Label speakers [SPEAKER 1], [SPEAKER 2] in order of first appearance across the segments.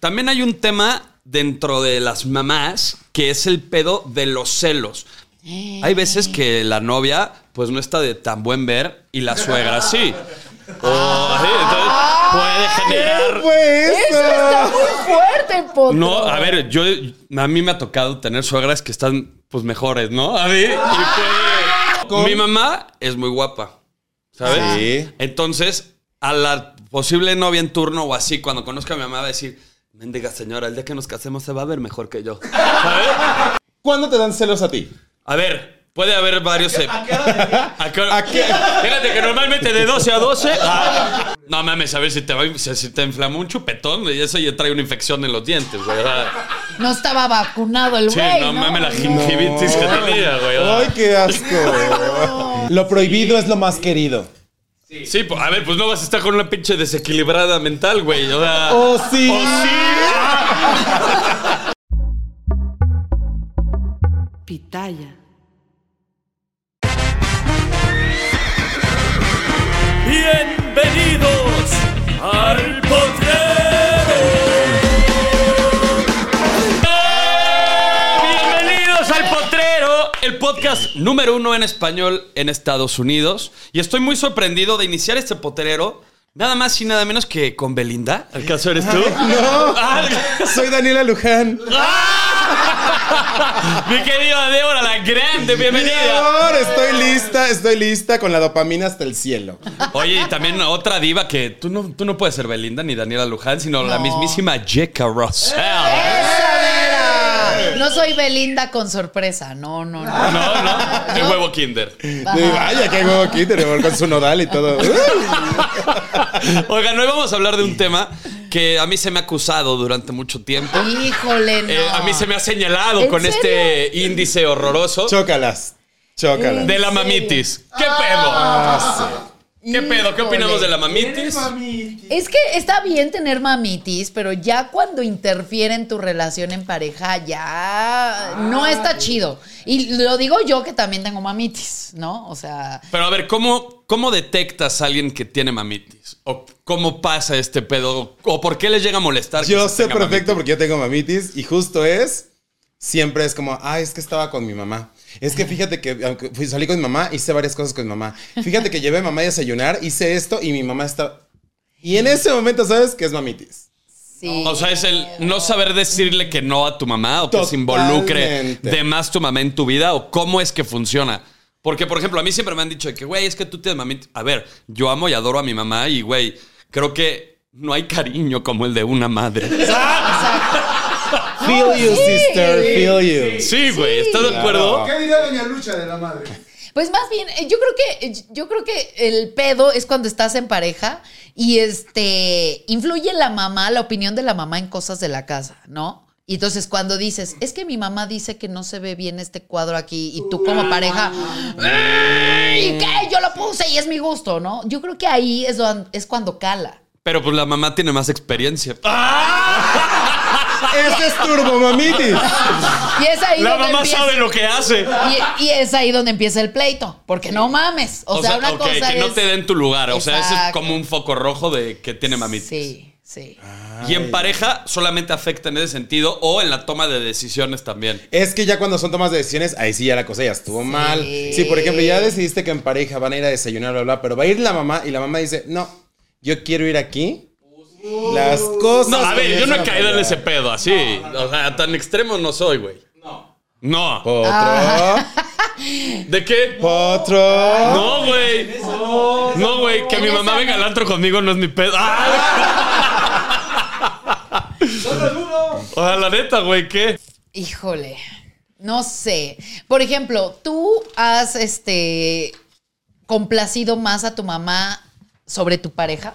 [SPEAKER 1] También hay un tema dentro de las mamás que es el pedo de los celos. Hay veces que la novia pues no está de tan buen ver y la suegra sí. O, sí, entonces puede generar...
[SPEAKER 2] Eso está muy fuerte, Potro.
[SPEAKER 1] No, a ver, yo a mí me ha tocado tener suegras que están pues mejores, ¿no? A ver, y fue- mi mamá es muy guapa, ¿sabes?
[SPEAKER 2] Sí.
[SPEAKER 1] Entonces, a la posible novia en turno o así, cuando conozca a mi mamá va a decir, "Méndiga señora, el día que nos casemos se va a ver mejor que yo."
[SPEAKER 3] ¿Cuándo te dan celos a ti?
[SPEAKER 1] A ver, puede haber varios eh. ¿A qué hora?
[SPEAKER 3] ¿A qué?
[SPEAKER 1] Fíjate que normalmente de 12 a 12. ah, no mames, a ver si te, va- si si te inflamó un chupetón y eso ya trae una infección en los dientes, güey. ¿verdad?
[SPEAKER 4] No estaba vacunado el
[SPEAKER 1] Sí,
[SPEAKER 4] güey.
[SPEAKER 1] no, mames la
[SPEAKER 4] No.
[SPEAKER 1] gingivitis que tenía, güey. ah. ¿verdad?
[SPEAKER 3] Ay, qué asco. Lo prohibido es lo más querido.
[SPEAKER 1] Sí, po- a ver, pues no vas a estar con una pinche desequilibrada mental, güey. O sea,
[SPEAKER 3] Oh, sí.
[SPEAKER 1] ¡Oh, sí!
[SPEAKER 5] Pitaya.
[SPEAKER 6] Bienvenidos al potrero.
[SPEAKER 1] Bienvenidos al Potrero, el podcast número uno en español en Estados Unidos. Y estoy muy sorprendido de iniciar este potrero, nada más y nada menos que con Belinda. ¿Al caso eres tú?
[SPEAKER 3] No.
[SPEAKER 1] Ah,
[SPEAKER 3] Soy Daniela Luján.
[SPEAKER 1] Mi querida Débora, la grande,
[SPEAKER 3] Mi
[SPEAKER 1] bienvenida.
[SPEAKER 3] amor, estoy lista, estoy lista con la dopamina hasta el cielo.
[SPEAKER 1] Oye, y también otra diva que tú no, tú no puedes ser Belinda ni Daniela Luján, sino la mismísima Jeka Russell.
[SPEAKER 4] Esa era. No soy Belinda con sorpresa. No, no, no.
[SPEAKER 1] No, no, de huevo kinder.
[SPEAKER 3] Y vaya, qué huevo quíter, amor, con su nodal y todo.
[SPEAKER 1] Oigan, hoy vamos a hablar de un tema que a mí se me ha acusado durante mucho tiempo.
[SPEAKER 4] Híjole, no.
[SPEAKER 1] Eh, a mí se me ha señalado
[SPEAKER 2] ¿En
[SPEAKER 1] con
[SPEAKER 2] serio?
[SPEAKER 1] este índice horroroso
[SPEAKER 3] Chócalas, chócalas.
[SPEAKER 1] de la
[SPEAKER 4] ¿En serio?
[SPEAKER 1] mamitis. ¿Qué
[SPEAKER 3] Ah,
[SPEAKER 1] pedo? ¿Qué pedo? ¿Qué opinamos de la mamitis?
[SPEAKER 4] Es que está bien tener mamitis, pero ya cuando interfiere en tu relación en pareja, ya no está chido. Y lo digo yo que también tengo mamitis, ¿no? O sea,
[SPEAKER 1] Pero a ver, ¿cómo, ¿cómo detectas a alguien que tiene mamitis? ¿O cómo pasa este pedo? ¿O por qué les llega a molestar?
[SPEAKER 3] sí.
[SPEAKER 1] que
[SPEAKER 3] Yo
[SPEAKER 1] se
[SPEAKER 3] sé
[SPEAKER 1] tenga
[SPEAKER 3] perfecto
[SPEAKER 1] mamitis?
[SPEAKER 3] porque yo tengo mamitis y justo es, siempre es como, ay, es que estaba con mi mamá. Es que fíjate que aunque fui, salí con mi mamá, hice varias cosas con mi mamá. Fíjate que llevé a mamá a desayunar, hice esto y mi mamá está... Y en ese momento sabes que es mamitis.
[SPEAKER 4] sí.
[SPEAKER 1] O sea, es el no saber decirle que no a tu mamá o que se involucre
[SPEAKER 3] Totalmente.
[SPEAKER 1] de más tu mamá en tu vida o cómo es que funciona. Porque, por ejemplo, a mí siempre me han dicho de que, güey, es que tú tienes mamitis. A ver, yo amo y adoro a mi mamá y, güey, creo que no hay cariño como el de una madre.
[SPEAKER 4] Ah,
[SPEAKER 3] Feel you, sister, feel you.
[SPEAKER 1] Sí, güey, ¿estás de acuerdo?
[SPEAKER 3] Claro.
[SPEAKER 2] diría Doña Lucha de la madre?
[SPEAKER 4] Pues más bien, eh, yo creo que eh, yo creo que el pedo es cuando estás en pareja y este influye la mamá, la opinión de la mamá en cosas de la casa, ¿no? Y entonces cuando dices, es que mi mamá dice que no se ve bien este cuadro aquí y tú como pareja, "Ay, ¿qué? Yo lo puse y es mi gusto, ¿no? Yo creo que ahí es, don- es cuando cala.
[SPEAKER 1] Pero pues la mamá tiene más experiencia.
[SPEAKER 3] Ese es turbo mamitis.
[SPEAKER 4] Y es ahí
[SPEAKER 1] La
[SPEAKER 4] donde
[SPEAKER 1] mamá
[SPEAKER 4] empieza,
[SPEAKER 1] sabe lo que hace.
[SPEAKER 4] y, y es ahí donde empieza el pleito, porque no mames, o, sea, una
[SPEAKER 1] ok,
[SPEAKER 4] cosa
[SPEAKER 1] que no
[SPEAKER 4] es-
[SPEAKER 1] te den tu lugar. O sea, ese es
[SPEAKER 4] Exacto.
[SPEAKER 1] como un foco rojo de que tiene mamitis.
[SPEAKER 4] Sí, sí.
[SPEAKER 1] Y en pareja solamente afecta en ese sentido o en la toma de decisiones también.
[SPEAKER 3] Es que ya cuando son tomas de decisiones, ahí sí ya la cosa ya estuvo mal. Si, por ejemplo, ya decidiste que en pareja van a ir a desayunar, bla, bla, pero va a ir la mamá y la mamá dice, no, yo quiero ir aquí. Las cosas.
[SPEAKER 1] No, a ver, yo no he
[SPEAKER 3] empiezan a
[SPEAKER 1] caído en
[SPEAKER 3] fallar.
[SPEAKER 1] ese pedo así. O sea, tan extremo no soy, güey. No. No.
[SPEAKER 3] Potro.
[SPEAKER 1] Ah. ¿De qué?
[SPEAKER 3] Potro.
[SPEAKER 1] No, güey. No, güey. Que mi
[SPEAKER 4] En
[SPEAKER 1] mamá
[SPEAKER 4] esa
[SPEAKER 1] venga
[SPEAKER 4] no.
[SPEAKER 1] al antro conmigo no es mi pedo. ¡Ah! O sea, la neta, güey, ¿qué?
[SPEAKER 4] Híjole, no sé. Por ejemplo, tú has este complacido más a tu mamá sobre tu pareja.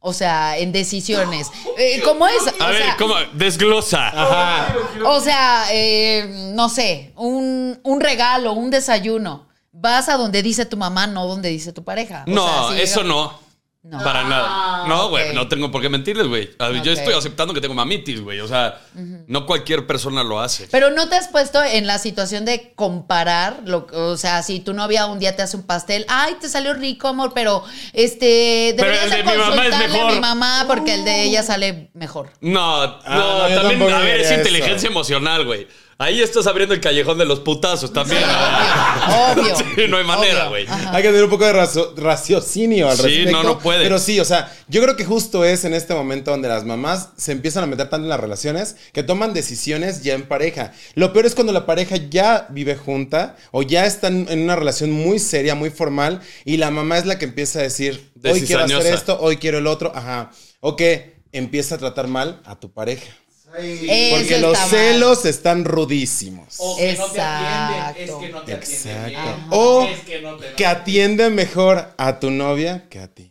[SPEAKER 4] O sea, en decisiones. Eh, ¿Cómo es?
[SPEAKER 1] A
[SPEAKER 4] o
[SPEAKER 1] ver,
[SPEAKER 4] sea,
[SPEAKER 1] ¿cómo? Desglosa.
[SPEAKER 4] O sea, eh, no sé, un, un regalo, un desayuno. Vas a donde dice tu mamá, no donde dice tu pareja. O
[SPEAKER 1] No,
[SPEAKER 4] sea, si
[SPEAKER 1] eso
[SPEAKER 4] llega-
[SPEAKER 1] no.
[SPEAKER 4] No. Ah,
[SPEAKER 1] Para nada. No, güey,
[SPEAKER 4] ok.
[SPEAKER 1] no tengo por qué mentirles, güey. A ver, Yo
[SPEAKER 4] Ok.
[SPEAKER 1] estoy aceptando que tengo mamitis, güey. O sea, no cualquier persona lo hace.
[SPEAKER 4] Pero no te has puesto en la situación de comparar, lo, o sea, si tu novia un día te hace un pastel, ay, te salió rico, amor, pero este
[SPEAKER 1] Pero
[SPEAKER 4] deberías
[SPEAKER 1] el
[SPEAKER 4] de
[SPEAKER 1] de mi mamá es
[SPEAKER 4] consultarle a
[SPEAKER 1] mejor.
[SPEAKER 4] mi mamá porque el de ella sale mejor.
[SPEAKER 1] No,
[SPEAKER 3] Ah, no, yo
[SPEAKER 1] no, también,
[SPEAKER 3] tampoco
[SPEAKER 1] a ver, es
[SPEAKER 3] diría
[SPEAKER 1] inteligencia
[SPEAKER 3] eso.
[SPEAKER 1] emocional, güey. Ahí estás abriendo el callejón de los putazos también. ¿verdad?
[SPEAKER 4] obvio, obvio.
[SPEAKER 1] Sí, no hay manera, güey.
[SPEAKER 4] Obvio.
[SPEAKER 3] Hay que tener un poco de razo- raciocinio al
[SPEAKER 1] Sí,
[SPEAKER 3] respecto.
[SPEAKER 1] no, no puede.
[SPEAKER 3] Pero sí, o sea, yo creo que justo es en este momento donde las mamás se empiezan a meter tanto en las relaciones que toman decisiones ya en pareja. Lo peor es cuando la pareja ya vive junta o ya están en una relación muy seria, muy formal y la mamá es la que empieza a decir, hoy quiero hacer
[SPEAKER 1] Decisañosa.
[SPEAKER 3] esto, hoy quiero el otro, ajá. O que empieza a tratar mal a tu pareja.
[SPEAKER 4] Eso
[SPEAKER 3] Porque
[SPEAKER 4] está
[SPEAKER 3] los
[SPEAKER 4] mal.
[SPEAKER 3] celos están rudísimos.
[SPEAKER 7] O que no te atienden, es
[SPEAKER 4] Exacto.
[SPEAKER 7] que no te atienden.
[SPEAKER 3] Exacto.
[SPEAKER 7] bien. Ah,
[SPEAKER 3] O
[SPEAKER 7] Es que no te
[SPEAKER 3] que atiende mejor a tu novia que a ti.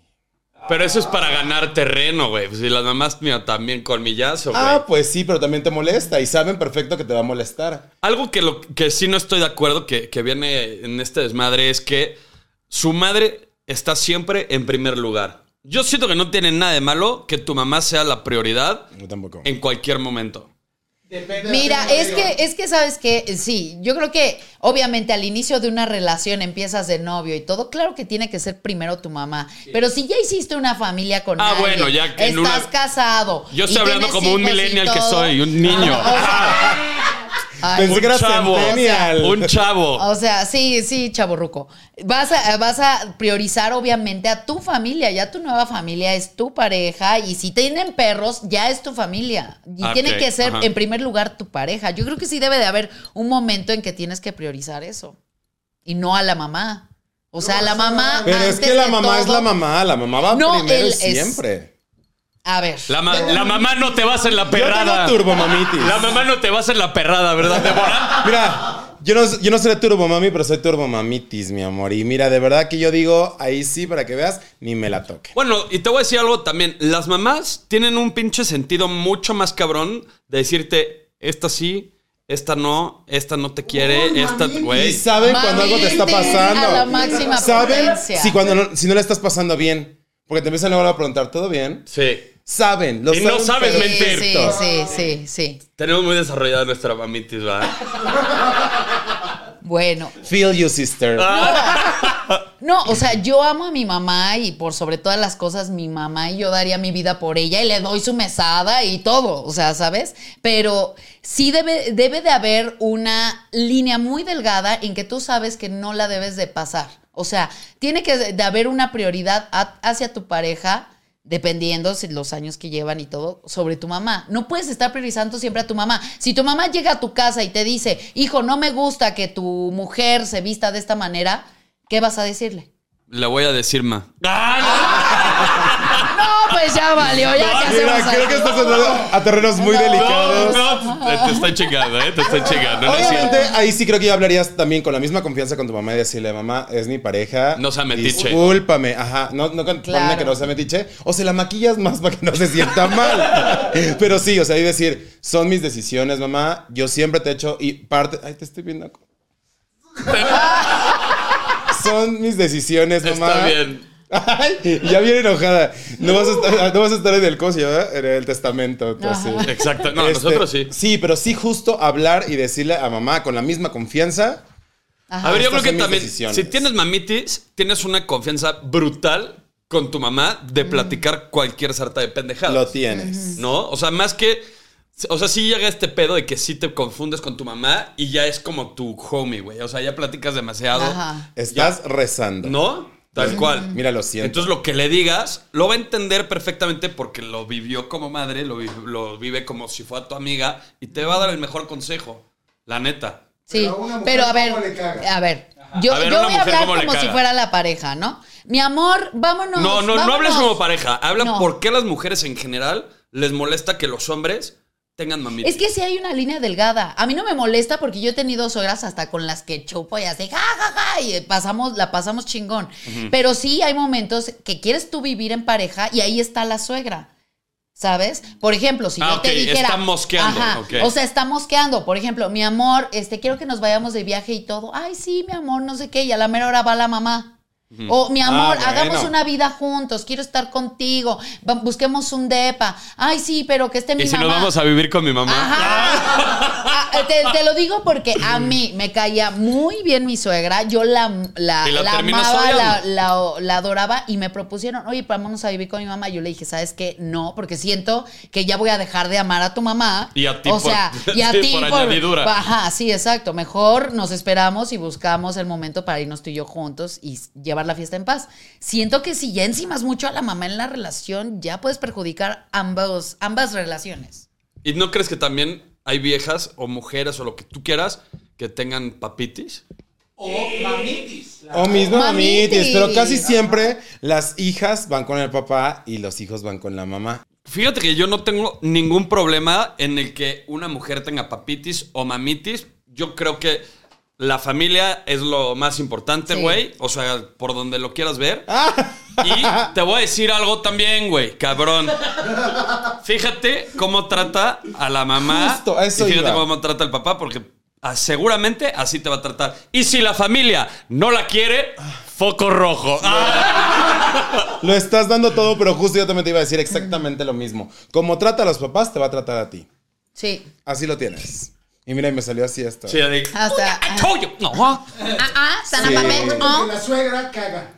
[SPEAKER 1] Pero eso es para ganar terreno, güey. Si las mamás, mira, también colmillazo, güey.
[SPEAKER 3] Ah, pues sí, pero también te molesta y saben perfecto que te va a molestar.
[SPEAKER 1] Algo que, lo, que sí no estoy de acuerdo que, que viene en este desmadre es que su madre está siempre en primer lugar. Yo siento que no tiene nada de malo que tu mamá sea la prioridad
[SPEAKER 3] Yo tampoco.
[SPEAKER 1] en cualquier momento.
[SPEAKER 7] Depende
[SPEAKER 4] Mira,
[SPEAKER 7] de la
[SPEAKER 4] es que, es que sabes que sí, yo creo que obviamente al inicio de una relación empiezas de novio y todo, claro que tiene que ser primero tu mamá. Pero si ya hiciste una familia con
[SPEAKER 1] Ah,
[SPEAKER 4] alguien,
[SPEAKER 1] bueno, ya que en
[SPEAKER 4] estás
[SPEAKER 1] una-
[SPEAKER 4] casado.
[SPEAKER 1] Yo
[SPEAKER 4] y
[SPEAKER 1] estoy hablando
[SPEAKER 4] tienes
[SPEAKER 1] como un
[SPEAKER 4] hijos y
[SPEAKER 1] millennial que
[SPEAKER 4] todo.
[SPEAKER 1] soy, un niño.
[SPEAKER 4] Ay,
[SPEAKER 3] Pensé que era centennial.
[SPEAKER 1] un chavo.
[SPEAKER 4] O sea, sí, sí, chaborruco. Vas a, vas a priorizar obviamente a tu familia, ya tu nueva familia es tu pareja y si tienen perros, ya es tu familia. Y
[SPEAKER 1] Ah,
[SPEAKER 4] tiene
[SPEAKER 1] ok,
[SPEAKER 4] que ser
[SPEAKER 1] ajá.
[SPEAKER 4] en primer lugar tu pareja. Yo creo que sí debe de haber un momento en que tienes que priorizar eso y no a la mamá. O sea, la mamá...
[SPEAKER 3] Pero es
[SPEAKER 4] antes
[SPEAKER 3] que la
[SPEAKER 4] de
[SPEAKER 3] mamá es
[SPEAKER 4] todo-
[SPEAKER 3] la mamá, la mamá va
[SPEAKER 4] No,
[SPEAKER 3] primero
[SPEAKER 4] él es-
[SPEAKER 3] siempre.
[SPEAKER 4] A ver.
[SPEAKER 1] La, ma- la mamá no te va a hacer la perrada.
[SPEAKER 3] Yo tengo turbo mamitis.
[SPEAKER 1] La mamá no te va a hacer la perrada, ¿verdad, Débora?
[SPEAKER 3] Mira, yo no, yo no seré turbo mami, pero soy turbo mamitis, mi amor. Y mira, de verdad que yo digo, ahí sí, para que veas, ni me la toque.
[SPEAKER 1] Bueno, y te voy a decir algo también. Las mamás tienen un pinche sentido mucho más cabrón de decirte, esta sí, esta no, esta no te quiere, esta,
[SPEAKER 3] Y
[SPEAKER 1] güey.
[SPEAKER 3] saben cuando algo te está
[SPEAKER 4] Mamitis
[SPEAKER 3] pasando.
[SPEAKER 4] a la máxima
[SPEAKER 3] saben
[SPEAKER 4] potencia.
[SPEAKER 3] si cuando no, si no la estás pasando bien. Porque te empiezan luego a preguntar, ¿todo bien?
[SPEAKER 1] Sí.
[SPEAKER 3] Saben, lo
[SPEAKER 1] Y no sabes
[SPEAKER 3] perfecto.
[SPEAKER 1] mentir.
[SPEAKER 4] Sí, sí, sí, sí.
[SPEAKER 1] Tenemos muy desarrollada nuestra mamitis, ¿verdad?
[SPEAKER 4] Bueno,
[SPEAKER 3] Feel you, sister.
[SPEAKER 4] No, o sea, yo amo a mi mamá y por sobre todas las cosas mi mamá y yo daría mi vida por ella y le doy su mesada y todo, o sea, ¿sabes? Pero sí debe, debe de haber una línea muy delgada en que tú sabes que no la debes de pasar. O sea, tiene que de haber una prioridad a- hacia tu pareja dependiendo si los años que llevan y todo, sobre tu mamá. No puedes estar priorizando siempre a tu mamá. Si tu mamá llega a tu casa y te dice, hijo, no me gusta que tu mujer se vista de esta manera, ¿qué vas a decirle?
[SPEAKER 1] Le voy a decir, ma. Ah,
[SPEAKER 4] No, pues ya valió, ya que hacemos
[SPEAKER 3] Mira, creo
[SPEAKER 4] aquí?
[SPEAKER 3] que estás entrando a terrenos muy
[SPEAKER 1] No,
[SPEAKER 3] delicados.
[SPEAKER 1] no, te, te estoy chingando, ¿eh? Te estoy chingando. No, es
[SPEAKER 3] Obviamente,
[SPEAKER 1] cierto.
[SPEAKER 3] ahí sí creo que ya hablarías también con la misma confianza con tu mamá y decirle, mamá, es mi pareja.
[SPEAKER 1] No sea metiche.
[SPEAKER 3] Discúlpame. Ajá, no, no con-
[SPEAKER 4] Claro.
[SPEAKER 3] ponle que no sea metiche. O se la maquillas más para que no se sienta mal. Pero sí, o sea, y decir, son mis decisiones, mamá. Yo siempre te he hecho y parte... Ay, te estoy viendo. son mis decisiones, mamá.
[SPEAKER 1] Está bien.
[SPEAKER 3] Ay, ya viene enojada. No vas a estar, no vas a estar en el cocio, En el testamento. tú así.
[SPEAKER 1] Exacto. No,
[SPEAKER 3] Este,
[SPEAKER 1] nosotros sí.
[SPEAKER 3] Sí, pero sí justo hablar y decirle a mamá con la misma confianza.
[SPEAKER 1] A ver, yo
[SPEAKER 3] Estas
[SPEAKER 1] creo que
[SPEAKER 3] son mis
[SPEAKER 1] también,
[SPEAKER 3] decisiones.
[SPEAKER 1] si tienes mamitis, tienes una confianza brutal con tu mamá de platicar cualquier sarta de
[SPEAKER 3] Lo
[SPEAKER 1] pendejadas.
[SPEAKER 3] tienes.
[SPEAKER 1] ¿No? O sea, más que. O sea, sí llega este pedo de que sí te confundes con tu mamá y ya es como tu homie, güey. O sea, ya platicas demasiado.
[SPEAKER 4] Ajá.
[SPEAKER 3] Estás rezando.
[SPEAKER 1] ¿No? Tal cual.
[SPEAKER 3] Mira, lo siento.
[SPEAKER 1] Entonces, lo que le digas, lo va a entender perfectamente porque lo vivió como madre, lo, vi- lo vive como si fuera tu amiga y te va a dar el mejor consejo. La neta.
[SPEAKER 4] Sí,
[SPEAKER 2] Pero a una mujer,
[SPEAKER 4] pero a
[SPEAKER 2] ¿cómo le
[SPEAKER 4] ver,
[SPEAKER 2] caga?
[SPEAKER 4] a ver, yo,
[SPEAKER 1] A ver,
[SPEAKER 4] yo
[SPEAKER 1] una
[SPEAKER 4] voy a
[SPEAKER 1] mujer,
[SPEAKER 4] hablar
[SPEAKER 1] ¿cómo le
[SPEAKER 4] como si
[SPEAKER 1] caga?
[SPEAKER 4] fuera la pareja, ¿no? Mi amor, vámonos.
[SPEAKER 1] No, no, no
[SPEAKER 4] vámonos.
[SPEAKER 1] hables como pareja. Habla
[SPEAKER 4] No.
[SPEAKER 1] por qué a las mujeres en general les molesta que los hombres tengan mamitis.
[SPEAKER 4] Es que sí hay una línea delgada. A mí no me molesta porque yo he tenido suegras hasta con las que chupo y así, ja, ja, ja, y pasamos, la pasamos chingón. Pero sí hay momentos que quieres tú vivir en pareja y ahí está la suegra. ¿Sabes? Por ejemplo, si
[SPEAKER 1] Ah,
[SPEAKER 4] yo
[SPEAKER 1] ok,
[SPEAKER 4] te dijera.
[SPEAKER 1] está mosqueando,
[SPEAKER 4] Ajá,
[SPEAKER 1] ok.
[SPEAKER 4] O sea, está mosqueando. Por ejemplo, mi amor, este, quiero que nos vayamos de viaje y todo. Ay, sí, mi amor, no sé qué. Y a la mera hora va la mamá. O mi amor,
[SPEAKER 3] Ah,
[SPEAKER 4] hagamos
[SPEAKER 3] bueno.
[SPEAKER 4] una vida juntos, quiero estar contigo, va- busquemos un depa. Ay, sí, pero que esté mi
[SPEAKER 1] y si
[SPEAKER 4] mamá.
[SPEAKER 1] nos vamos a vivir con mi mamá.
[SPEAKER 4] Ajá. Ah, te, te lo digo porque a mí me caía muy bien mi suegra. Yo la, la,
[SPEAKER 1] Y la
[SPEAKER 4] la
[SPEAKER 1] terminas
[SPEAKER 4] amaba, la,
[SPEAKER 1] odiando.
[SPEAKER 4] la- la adoraba y me propusieron, oye, vámonos a vivir con mi mamá. Yo le dije, ¿sabes qué? No, porque siento que ya voy a dejar de amar a tu mamá.
[SPEAKER 1] Y a ti
[SPEAKER 4] O
[SPEAKER 1] por-
[SPEAKER 4] sea, y a
[SPEAKER 1] sí,
[SPEAKER 4] ti
[SPEAKER 1] por añadidura.
[SPEAKER 4] Ajá, sí, exacto. Mejor nos esperamos y buscamos el momento para irnos tú y yo juntos y llevar la fiesta en paz. Siento que si ya encimas mucho a la mamá en la relación, ya puedes perjudicar ambos, ambas relaciones.
[SPEAKER 1] ¿Y no crees que también hay viejas o mujeres o lo que tú quieras que tengan papitis?
[SPEAKER 7] O mamitis. la-
[SPEAKER 3] O mismo
[SPEAKER 4] Mamitis.
[SPEAKER 3] mamitis, pero casi siempre las hijas van con el papá y los hijos van con la mamá.
[SPEAKER 1] Fíjate que yo no tengo ningún problema en el que una mujer tenga papitis o mamitis. Yo creo que la familia es lo más importante,
[SPEAKER 4] Sí.
[SPEAKER 1] güey. O sea, por donde lo quieras ver.
[SPEAKER 3] Ah.
[SPEAKER 1] Y te voy a decir algo también, güey, cabrón. Fíjate cómo trata a la mamá.
[SPEAKER 3] Justo, a eso
[SPEAKER 1] y fíjate
[SPEAKER 3] iba.
[SPEAKER 1] cómo trata al papá, porque ah, seguramente así te va a tratar. Y si la familia no la quiere, foco rojo. Ah.
[SPEAKER 3] Lo estás dando todo, pero justo yo también te iba a decir exactamente lo mismo. Como trata a los papás, te va a tratar a ti.
[SPEAKER 4] Sí.
[SPEAKER 3] Así lo tienes. Y mira, y me salió así esto.
[SPEAKER 1] Sí, así.
[SPEAKER 4] Hasta-
[SPEAKER 1] I told you. No.
[SPEAKER 4] Ah, ah, sana
[SPEAKER 3] Sí.
[SPEAKER 4] papel.
[SPEAKER 2] Porque la suegra caga.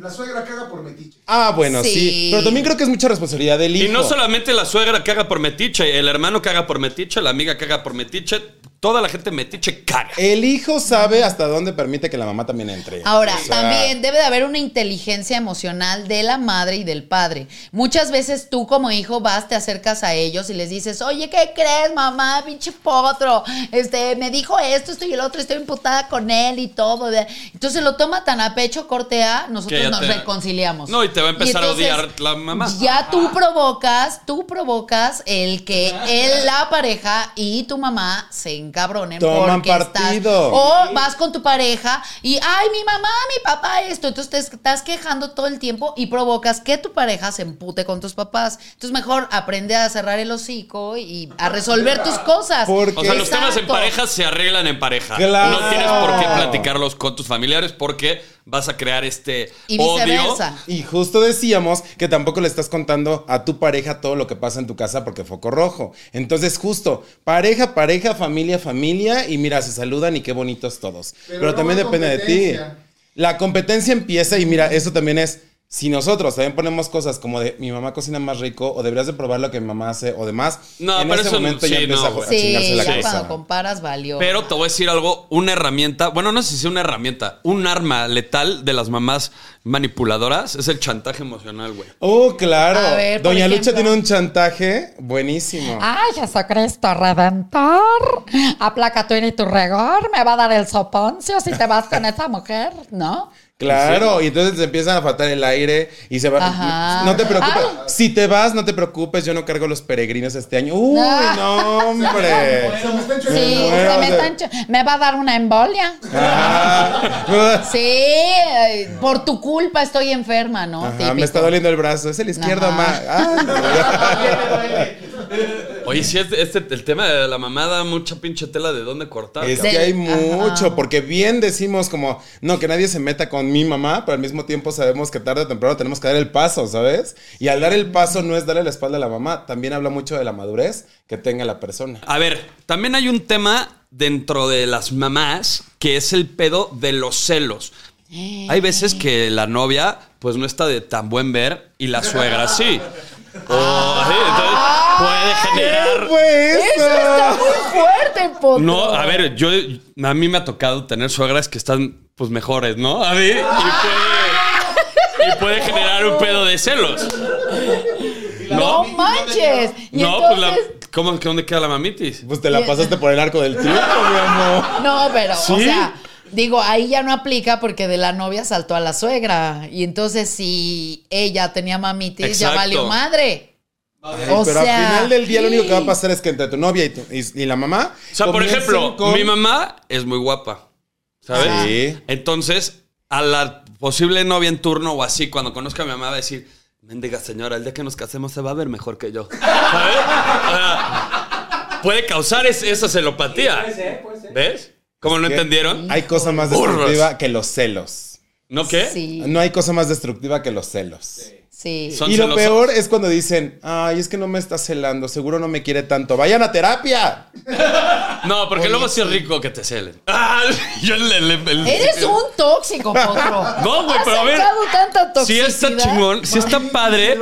[SPEAKER 2] La suegra caga por metiche.
[SPEAKER 3] Ah, bueno, sí.
[SPEAKER 4] Sí.
[SPEAKER 3] Pero también creo que es mucha responsabilidad del hijo.
[SPEAKER 1] Y no solamente la suegra caga por metiche, el hermano caga por metiche, la amiga caga por metiche, toda la gente metiche caga.
[SPEAKER 3] El hijo sabe hasta dónde permite que la mamá también entre.
[SPEAKER 4] Ahora,
[SPEAKER 3] O sea,
[SPEAKER 4] también debe de haber una inteligencia emocional de la madre y del padre. Muchas veces tú como hijo vas, te acercas a ellos y les dices, oye, ¿qué crees, mamá? Pinche potro. Este, me dijo esto, esto y el otro, estoy imputada con él y todo. Entonces lo toma tan a pecho, cortea, nosotros
[SPEAKER 1] Que ya
[SPEAKER 4] nos
[SPEAKER 1] te-
[SPEAKER 4] reconciliamos.
[SPEAKER 1] No, y te va a empezar a
[SPEAKER 4] entonces,
[SPEAKER 1] odiar la mamá.
[SPEAKER 4] Ya tú provocas, tú provocas el que él, la pareja y tu mamá se encabronen.
[SPEAKER 3] Toman
[SPEAKER 4] porque estás-
[SPEAKER 3] partido.
[SPEAKER 4] o o vas con tu pareja y, ay, mi mamá, mi papá, esto. Entonces te estás quejando todo el tiempo y provocas que tu pareja se empute con tus papás. Entonces mejor aprende a cerrar el hocico y a resolver tus cosas.
[SPEAKER 3] Porque-
[SPEAKER 1] O sea, los temas en
[SPEAKER 4] Exacto.
[SPEAKER 1] pareja se arreglan en pareja.
[SPEAKER 3] Claro.
[SPEAKER 1] No tienes por qué platicarlos con tus familiares porque vas a crear este
[SPEAKER 4] Y
[SPEAKER 1] odio.
[SPEAKER 4] viceversa.
[SPEAKER 3] Y justo decíamos que tampoco le estás contando a tu pareja todo lo que pasa en tu casa porque foco rojo. Entonces, justo, pareja, pareja, familia, familia, y mira, se saludan y qué bonitos todos. Pero,
[SPEAKER 2] Pero
[SPEAKER 3] también
[SPEAKER 2] luego
[SPEAKER 3] depende de ti.
[SPEAKER 2] competencia.
[SPEAKER 3] La competencia empieza y mira, eso también es. Si nosotros también ponemos cosas como de mi mamá cocina más rico o deberías de probar lo que mi mamá hace o demás,
[SPEAKER 1] No,
[SPEAKER 3] en
[SPEAKER 1] pero
[SPEAKER 3] ese
[SPEAKER 1] eso no-
[SPEAKER 3] momento ya
[SPEAKER 1] sí,
[SPEAKER 3] empieza
[SPEAKER 1] no,
[SPEAKER 3] a jo- a,
[SPEAKER 1] güey.
[SPEAKER 4] Sí,
[SPEAKER 3] chingarse
[SPEAKER 4] ya
[SPEAKER 3] la
[SPEAKER 4] cuando
[SPEAKER 3] cosa.
[SPEAKER 4] comparas valió.
[SPEAKER 1] Pero te voy a decir algo, una herramienta, bueno, no sé si es una herramienta, un arma letal de las mamás manipuladoras es el chantaje emocional, güey.
[SPEAKER 3] Oh, claro.
[SPEAKER 4] A ver, por
[SPEAKER 3] Doña Lucha
[SPEAKER 4] ejemplo.
[SPEAKER 3] tiene un chantaje buenísimo.
[SPEAKER 5] Ay, Jesucristo Redentor, aplaca tu ira y tu regor, me va a dar el soponcio si te vas con esa mujer, ¿no?
[SPEAKER 3] Claro, y entonces te empieza a faltar el aire y se va.
[SPEAKER 4] Ajá. Ah.
[SPEAKER 3] No te preocupes.
[SPEAKER 5] Ay.
[SPEAKER 3] Si te vas, no te preocupes. Yo no cargo los peregrinos este año. Uy,
[SPEAKER 5] Ah.
[SPEAKER 3] no, hombre.
[SPEAKER 2] Se me
[SPEAKER 5] Sí,
[SPEAKER 2] está enchufando.
[SPEAKER 3] bueno,
[SPEAKER 5] se me,
[SPEAKER 3] o sea-
[SPEAKER 5] están ch- me va a dar una embolia.
[SPEAKER 3] Ah.
[SPEAKER 4] Sí, eh, por tu culpa estoy enferma, ¿no?
[SPEAKER 3] Ajá,
[SPEAKER 4] Típico.
[SPEAKER 3] me está doliendo el brazo. Es el izquierdo,
[SPEAKER 4] Ajá.
[SPEAKER 3] ma. Ay,
[SPEAKER 1] Oye, sí, este, este- el tema de la mamá da mucha pinche tela de dónde cortar.
[SPEAKER 3] es
[SPEAKER 1] cabrón.
[SPEAKER 3] que hay
[SPEAKER 4] Del-
[SPEAKER 3] mucho,
[SPEAKER 4] Ajá.
[SPEAKER 3] porque bien decimos como, no, que nadie se meta con mi mamá, pero al mismo tiempo sabemos que tarde o temprano tenemos que dar el paso, ¿sabes? Y al dar el paso no es darle la espalda a la mamá, también habla mucho de la madurez que tenga la persona.
[SPEAKER 1] A ver, también hay un tema dentro de las mamás que es el pedo de los celos. Hay veces que la novia pues no está de tan buen ver y la suegra sí. O, Oh, sí, entonces puede generar...
[SPEAKER 3] Pues,
[SPEAKER 4] Eso está muy fuerte, Potro.
[SPEAKER 1] No, a ver, yo a mí me ha tocado tener suegras que están pues mejores, ¿no? A ver, y puede, y puede generar un pedo de celos. No,
[SPEAKER 4] No manches. Y
[SPEAKER 1] no, pues la-
[SPEAKER 4] entonces,
[SPEAKER 1] ¿cómo, ¿dónde queda la mamitis?
[SPEAKER 3] Pues te la pasaste por el arco del triunfo, mi amor.
[SPEAKER 4] No, pero, o
[SPEAKER 1] ¿Sí?
[SPEAKER 4] sea, digo, ahí ya no aplica porque de la novia saltó a la suegra. Y entonces, si ella tenía mamitis, ya
[SPEAKER 1] Exacto.
[SPEAKER 4] valió madre.
[SPEAKER 3] Ay,
[SPEAKER 4] O
[SPEAKER 3] pero
[SPEAKER 4] sea,
[SPEAKER 3] al final del día lo único que va a pasar es que entre tu novia y, tu- y- y la mamá.
[SPEAKER 1] O sea, por
[SPEAKER 3] comiencen
[SPEAKER 1] ejemplo,
[SPEAKER 3] con-
[SPEAKER 1] mi mamá es muy guapa. ¿Sabes?
[SPEAKER 3] Sí.
[SPEAKER 1] Entonces, a la posible novia en turno o así, cuando conozca a mi mamá, va a decir: Méndiga señora, el día que nos casemos se va a ver mejor que yo. ¿Sabes? O sea, puede causar es- esa celopatía.
[SPEAKER 7] Puede ser, puede ser.
[SPEAKER 1] ¿Ves? ¿Cómo no
[SPEAKER 3] que
[SPEAKER 1] entendieron?
[SPEAKER 3] Hay cosa más
[SPEAKER 1] Burros.
[SPEAKER 3] destructiva que los celos.
[SPEAKER 1] ¿No qué?
[SPEAKER 4] Sí,
[SPEAKER 3] Ah, No hay cosa más destructiva que los celos.
[SPEAKER 4] sí.
[SPEAKER 1] Son
[SPEAKER 3] Y lo
[SPEAKER 1] celosos.
[SPEAKER 3] peor es cuando dicen, ay, es que no me está celando, seguro no me quiere tanto. ¡Vayan a terapia!
[SPEAKER 1] No, porque luego sí es rico que te celen. Ah, yo le- le- le-
[SPEAKER 4] Eres un tóxico, potro.
[SPEAKER 1] No, güey,
[SPEAKER 4] Has
[SPEAKER 1] pero a ver.
[SPEAKER 4] sacado tanta
[SPEAKER 1] Sí
[SPEAKER 4] toxicidad.
[SPEAKER 1] está chingón, sí está padre.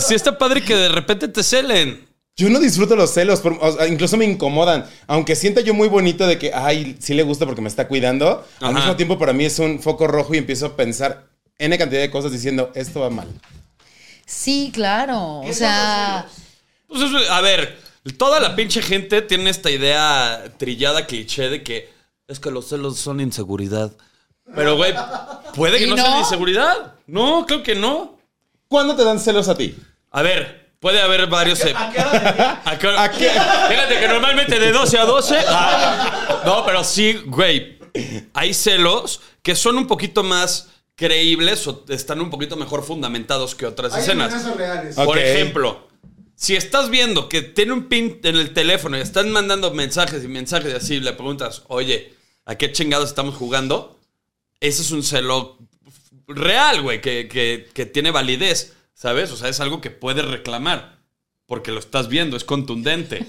[SPEAKER 1] Sí está padre que de repente te celen.
[SPEAKER 3] Yo no disfruto los celos, por- o sea, incluso me incomodan. Aunque sienta yo muy bonito de que, ay, sí le gusta porque me está cuidando, al
[SPEAKER 1] Ajá.
[SPEAKER 3] mismo tiempo para mí es un foco rojo y empiezo a pensar N cantidad de cosas diciendo, esto va mal.
[SPEAKER 4] Sí, claro. O sea,
[SPEAKER 1] Pues eso- a ver, toda la pinche gente tiene esta idea trillada, cliché de que es que los celos son inseguridad. Pero, güey, puede que
[SPEAKER 4] ¿Y
[SPEAKER 1] no,
[SPEAKER 4] no?
[SPEAKER 1] sea inseguridad. No, creo que no.
[SPEAKER 3] ¿Cuándo te dan celos a ti?
[SPEAKER 1] A ver, puede haber varios. eh,
[SPEAKER 7] ¿A qué hora del día?
[SPEAKER 1] ¿A qué hora?
[SPEAKER 3] ¿A qué?
[SPEAKER 1] Fíjate que normalmente de 12 a 12. ah, no, pero sí, güey. Hay celos que son un poquito más creíbles o están un poquito mejor fundamentados que otras
[SPEAKER 2] Hay
[SPEAKER 1] escenas.
[SPEAKER 2] amenazas reales.
[SPEAKER 3] Ok.
[SPEAKER 1] Por ejemplo, si estás viendo que tiene un pin en el teléfono y están mandando mensajes y mensajes y así, le preguntas, oye, ¿a qué chingados estamos jugando? Ese es un celo real, güey, que, que- que tiene validez, ¿sabes? O sea, es algo que puedes reclamar. Porque lo estás viendo, es contundente.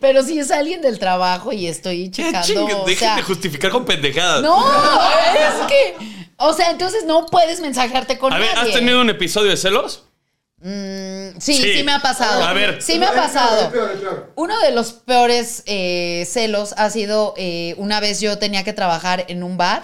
[SPEAKER 4] pero si es alguien del trabajo y estoy
[SPEAKER 1] ¿Qué
[SPEAKER 4] checando.
[SPEAKER 1] Eh, chingue-
[SPEAKER 4] o
[SPEAKER 1] Dejen
[SPEAKER 4] sea,
[SPEAKER 1] de justificar con pendejadas.
[SPEAKER 4] no, es que. O sea, entonces no puedes mensajearte con
[SPEAKER 1] A ver, ¿has
[SPEAKER 4] nadie.
[SPEAKER 1] tenido un episodio de celos?
[SPEAKER 4] Sí, sí,
[SPEAKER 1] Sí.
[SPEAKER 4] me ha pasado.
[SPEAKER 1] A ver.
[SPEAKER 4] Sí me ha
[SPEAKER 2] Es peor,
[SPEAKER 4] pasado.
[SPEAKER 2] es peor, es peor.
[SPEAKER 4] Uno de los peores eh, celos ha sido eh, una vez yo tenía que trabajar en un bar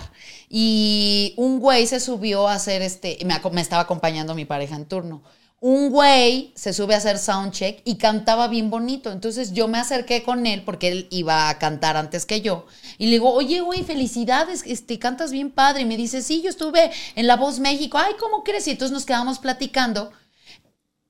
[SPEAKER 4] y un güey se subió a hacer este, me, aco- me estaba acompañando mi pareja en turno. Un güey se sube a hacer soundcheck y cantaba bien bonito. Entonces yo me acerqué con él porque él iba a cantar antes que yo. Y le digo, oye, güey, felicidades, este, cantas bien padre. Y me dice, sí, yo estuve en La Voz México. Ay, ¿cómo crees? Y entonces nos quedamos platicando.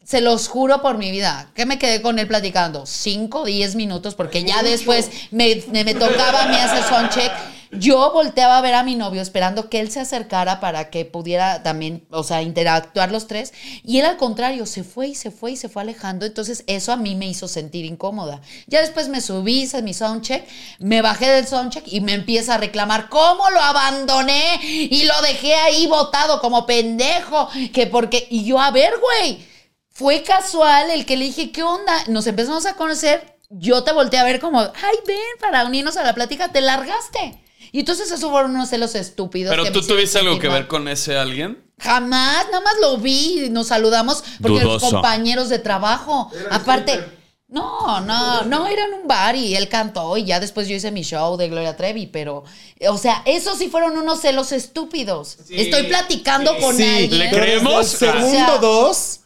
[SPEAKER 4] Se los juro por mi vida, que me quedé con él platicando 5, 10 minutos, porque ya después me, me- me tocaba a mí hacer soundcheck. Yo volteaba a ver a mi novio esperando que él se acercara para que pudiera también, o sea, interactuar los tres. Y él al contrario, se fue y se fue y se fue alejando. Entonces eso a mí me hizo sentir incómoda. Ya después me subí, hice mi soundcheck, me bajé del soundcheck y me empieza a reclamar cómo lo abandoné y lo dejé ahí botado como pendejo. Que porque, y yo, a ver, güey. Fue casual el que le dije, ¿qué onda? Nos empezamos a conocer, yo te volteé a ver como, ay, ven, para unirnos a la plática, te largaste. Y entonces esos fueron unos celos estúpidos. que
[SPEAKER 1] Pero
[SPEAKER 4] me
[SPEAKER 1] tú
[SPEAKER 4] hicieron
[SPEAKER 1] tuviste algo
[SPEAKER 4] sentir
[SPEAKER 1] que
[SPEAKER 4] mal.
[SPEAKER 1] ver con ese alguien.
[SPEAKER 4] Jamás, nada más lo vi, nos saludamos porque los
[SPEAKER 1] Dudoso.
[SPEAKER 4] compañeros de trabajo.
[SPEAKER 2] Era
[SPEAKER 4] Aparte,
[SPEAKER 2] stripper.
[SPEAKER 4] no, no, no, eran un bar y él cantó y ya después yo hice mi show de Gloria Trevi, pero, o sea, esos sí fueron unos celos estúpidos. Estoy platicando con
[SPEAKER 3] Sí,
[SPEAKER 4] alguien.
[SPEAKER 1] ¿Le
[SPEAKER 3] pero desde
[SPEAKER 1] creemos? Ah.
[SPEAKER 3] el
[SPEAKER 4] O
[SPEAKER 3] Segundo
[SPEAKER 4] sea-
[SPEAKER 3] dos,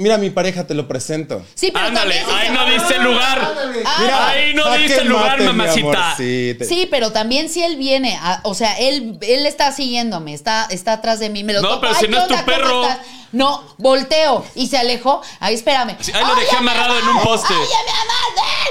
[SPEAKER 3] mira, mi pareja te lo presento.
[SPEAKER 4] Sí, pero
[SPEAKER 1] Ándale,
[SPEAKER 4] también sí
[SPEAKER 1] ahí
[SPEAKER 4] se-
[SPEAKER 1] no diste
[SPEAKER 7] este
[SPEAKER 1] lugar.
[SPEAKER 2] Ándale.
[SPEAKER 4] Ah,
[SPEAKER 3] Mira,
[SPEAKER 1] Ahí no
[SPEAKER 3] jaque
[SPEAKER 1] diste lugar,
[SPEAKER 3] mate, mi
[SPEAKER 1] mamacita.
[SPEAKER 3] amorcito.
[SPEAKER 4] Sí, pero también si él viene, a- o sea, él, él está siguiéndome, está, está atrás de mí, me lo
[SPEAKER 1] No,
[SPEAKER 4] topo,
[SPEAKER 1] pero
[SPEAKER 4] "Ay,
[SPEAKER 1] si
[SPEAKER 4] ¿qué
[SPEAKER 1] no es tu
[SPEAKER 4] onda? ¿Cómo
[SPEAKER 1] perro".
[SPEAKER 4] estás? No, volteo y se alejó. Ahí espérame.
[SPEAKER 1] Sí, ahí lo
[SPEAKER 4] "Oye,
[SPEAKER 1] dejé
[SPEAKER 4] mi
[SPEAKER 1] amarrado
[SPEAKER 4] amor,
[SPEAKER 1] en un poste".
[SPEAKER 4] Oye, mi amor,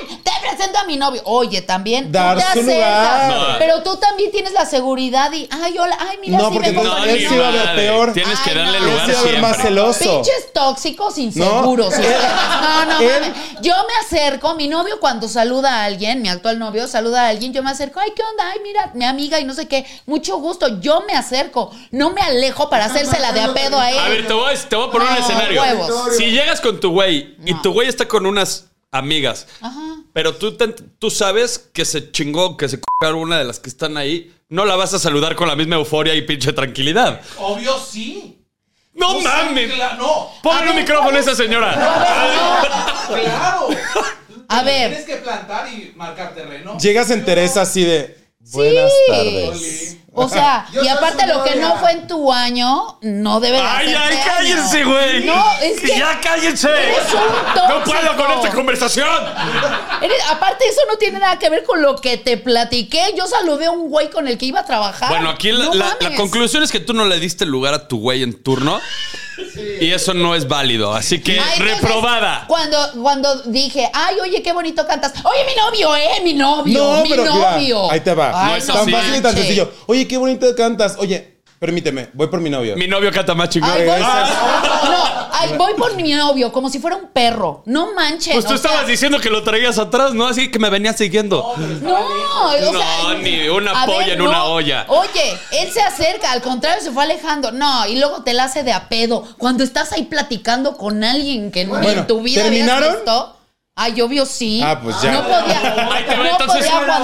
[SPEAKER 4] ven, te presento a mi novio. Oye, también.
[SPEAKER 3] Dar
[SPEAKER 4] tú te
[SPEAKER 3] su
[SPEAKER 4] acercas,
[SPEAKER 3] lugar.
[SPEAKER 1] No. eh.
[SPEAKER 4] Pero tú también tienes la seguridad y, ay, hola, ay, mira,
[SPEAKER 3] No,
[SPEAKER 4] si
[SPEAKER 3] porque
[SPEAKER 4] me
[SPEAKER 3] no,
[SPEAKER 4] acompañó".
[SPEAKER 3] él sí va a ver
[SPEAKER 1] madre.
[SPEAKER 3] peor.
[SPEAKER 1] Tienes que
[SPEAKER 4] Ay,
[SPEAKER 1] darle
[SPEAKER 4] no.
[SPEAKER 1] lugar
[SPEAKER 3] Él sí va a ver más
[SPEAKER 1] siempre.
[SPEAKER 3] celoso.
[SPEAKER 4] Pinches tóxicos inseguros.
[SPEAKER 3] No, Eh,
[SPEAKER 4] ustedes.
[SPEAKER 3] él-
[SPEAKER 4] No, no,
[SPEAKER 3] él-
[SPEAKER 4] mames. Yo me acerco, mi novio cuando saluda a alguien, mi actual novio saluda a alguien, yo me acerco, ay, ¿qué onda? Ay, mira, mi amiga y no sé qué. Mucho gusto, yo me acerco, no me alejo para hacérsela de a pedo a él.
[SPEAKER 1] A ver, te voy, te voy a poner un
[SPEAKER 4] No,
[SPEAKER 1] escenario.
[SPEAKER 4] huevos.
[SPEAKER 1] Si llegas con tu güey y tu güey está con unas amigas,
[SPEAKER 4] Ajá.
[SPEAKER 1] pero tú, te- tú sabes que se chingó, que se cogió una de las que están ahí, no la vas a saludar con la misma euforia y pinche tranquilidad.
[SPEAKER 7] Obvio sí.
[SPEAKER 1] ¡No
[SPEAKER 7] O sea,
[SPEAKER 1] mames!
[SPEAKER 7] cla- No,
[SPEAKER 4] Pues A
[SPEAKER 1] Ponle
[SPEAKER 4] ver,
[SPEAKER 1] un micrófono a esa señora.
[SPEAKER 7] claro.
[SPEAKER 4] A ver.
[SPEAKER 7] Tienes que plantar y marcar terreno.
[SPEAKER 3] Llegas en Teresa así de buenas tardes.
[SPEAKER 4] O sea,
[SPEAKER 2] Yo
[SPEAKER 4] y
[SPEAKER 2] soy
[SPEAKER 4] aparte
[SPEAKER 2] su
[SPEAKER 4] lo que
[SPEAKER 2] novia.
[SPEAKER 4] no fue en tu año, no debe de
[SPEAKER 1] ¡Ay,
[SPEAKER 4] hacerte
[SPEAKER 1] ay,
[SPEAKER 4] daño.
[SPEAKER 1] cállense, güey!
[SPEAKER 4] No, es que
[SPEAKER 1] ¡Ya cállense!
[SPEAKER 4] eres un
[SPEAKER 1] ¡No
[SPEAKER 4] tóxico.
[SPEAKER 1] puedo con este esta conversación!
[SPEAKER 4] Eres- aparte eso no tiene nada que ver con lo que te platiqué. Yo saludé a un güey con el que iba a trabajar.
[SPEAKER 1] Bueno, aquí la,
[SPEAKER 4] No
[SPEAKER 1] la- la
[SPEAKER 4] mames.
[SPEAKER 1] conclusión es que tú no le diste lugar a tu güey en turno Y eso no es válido. Así que
[SPEAKER 4] Ay, entonces,
[SPEAKER 1] reprobada.
[SPEAKER 4] Cuando, cuando dije, ay, oye, qué bonito cantas. Oye, mi novio, eh, mi novio, mi
[SPEAKER 3] mira,
[SPEAKER 4] novio.
[SPEAKER 3] ahí te va.
[SPEAKER 4] Ay,
[SPEAKER 1] No es
[SPEAKER 4] no
[SPEAKER 3] tan fácil y tan
[SPEAKER 4] manches.
[SPEAKER 3] sencillo. Oye, qué bonito cantas. Oye, permíteme, voy por mi novio.
[SPEAKER 1] Mi novio canta más chingón.
[SPEAKER 4] Ay, voy,
[SPEAKER 3] Ah.
[SPEAKER 4] no, ay, voy por mi novio, como si fuera un perro. No manches.
[SPEAKER 1] Pues tú
[SPEAKER 4] o
[SPEAKER 1] estabas
[SPEAKER 4] sea,
[SPEAKER 1] diciendo que lo traías atrás, ¿no? Así que me venía siguiendo.
[SPEAKER 4] No, o
[SPEAKER 1] No,
[SPEAKER 4] sea,
[SPEAKER 1] ni una
[SPEAKER 4] a
[SPEAKER 1] polla en una olla.
[SPEAKER 4] Oye, él se acerca, al contrario, se fue alejando. No, y luego te la hace de apedo. Cuando estás ahí platicando con alguien que ni
[SPEAKER 3] Bueno,
[SPEAKER 4] en tu vida
[SPEAKER 3] ¿terminaron?
[SPEAKER 4] habías visto. Ay, yo vio sí.
[SPEAKER 3] Ah, pues ya.
[SPEAKER 4] No podía.
[SPEAKER 1] Ahí te va,
[SPEAKER 4] no
[SPEAKER 1] entonces.
[SPEAKER 4] podía aguantar.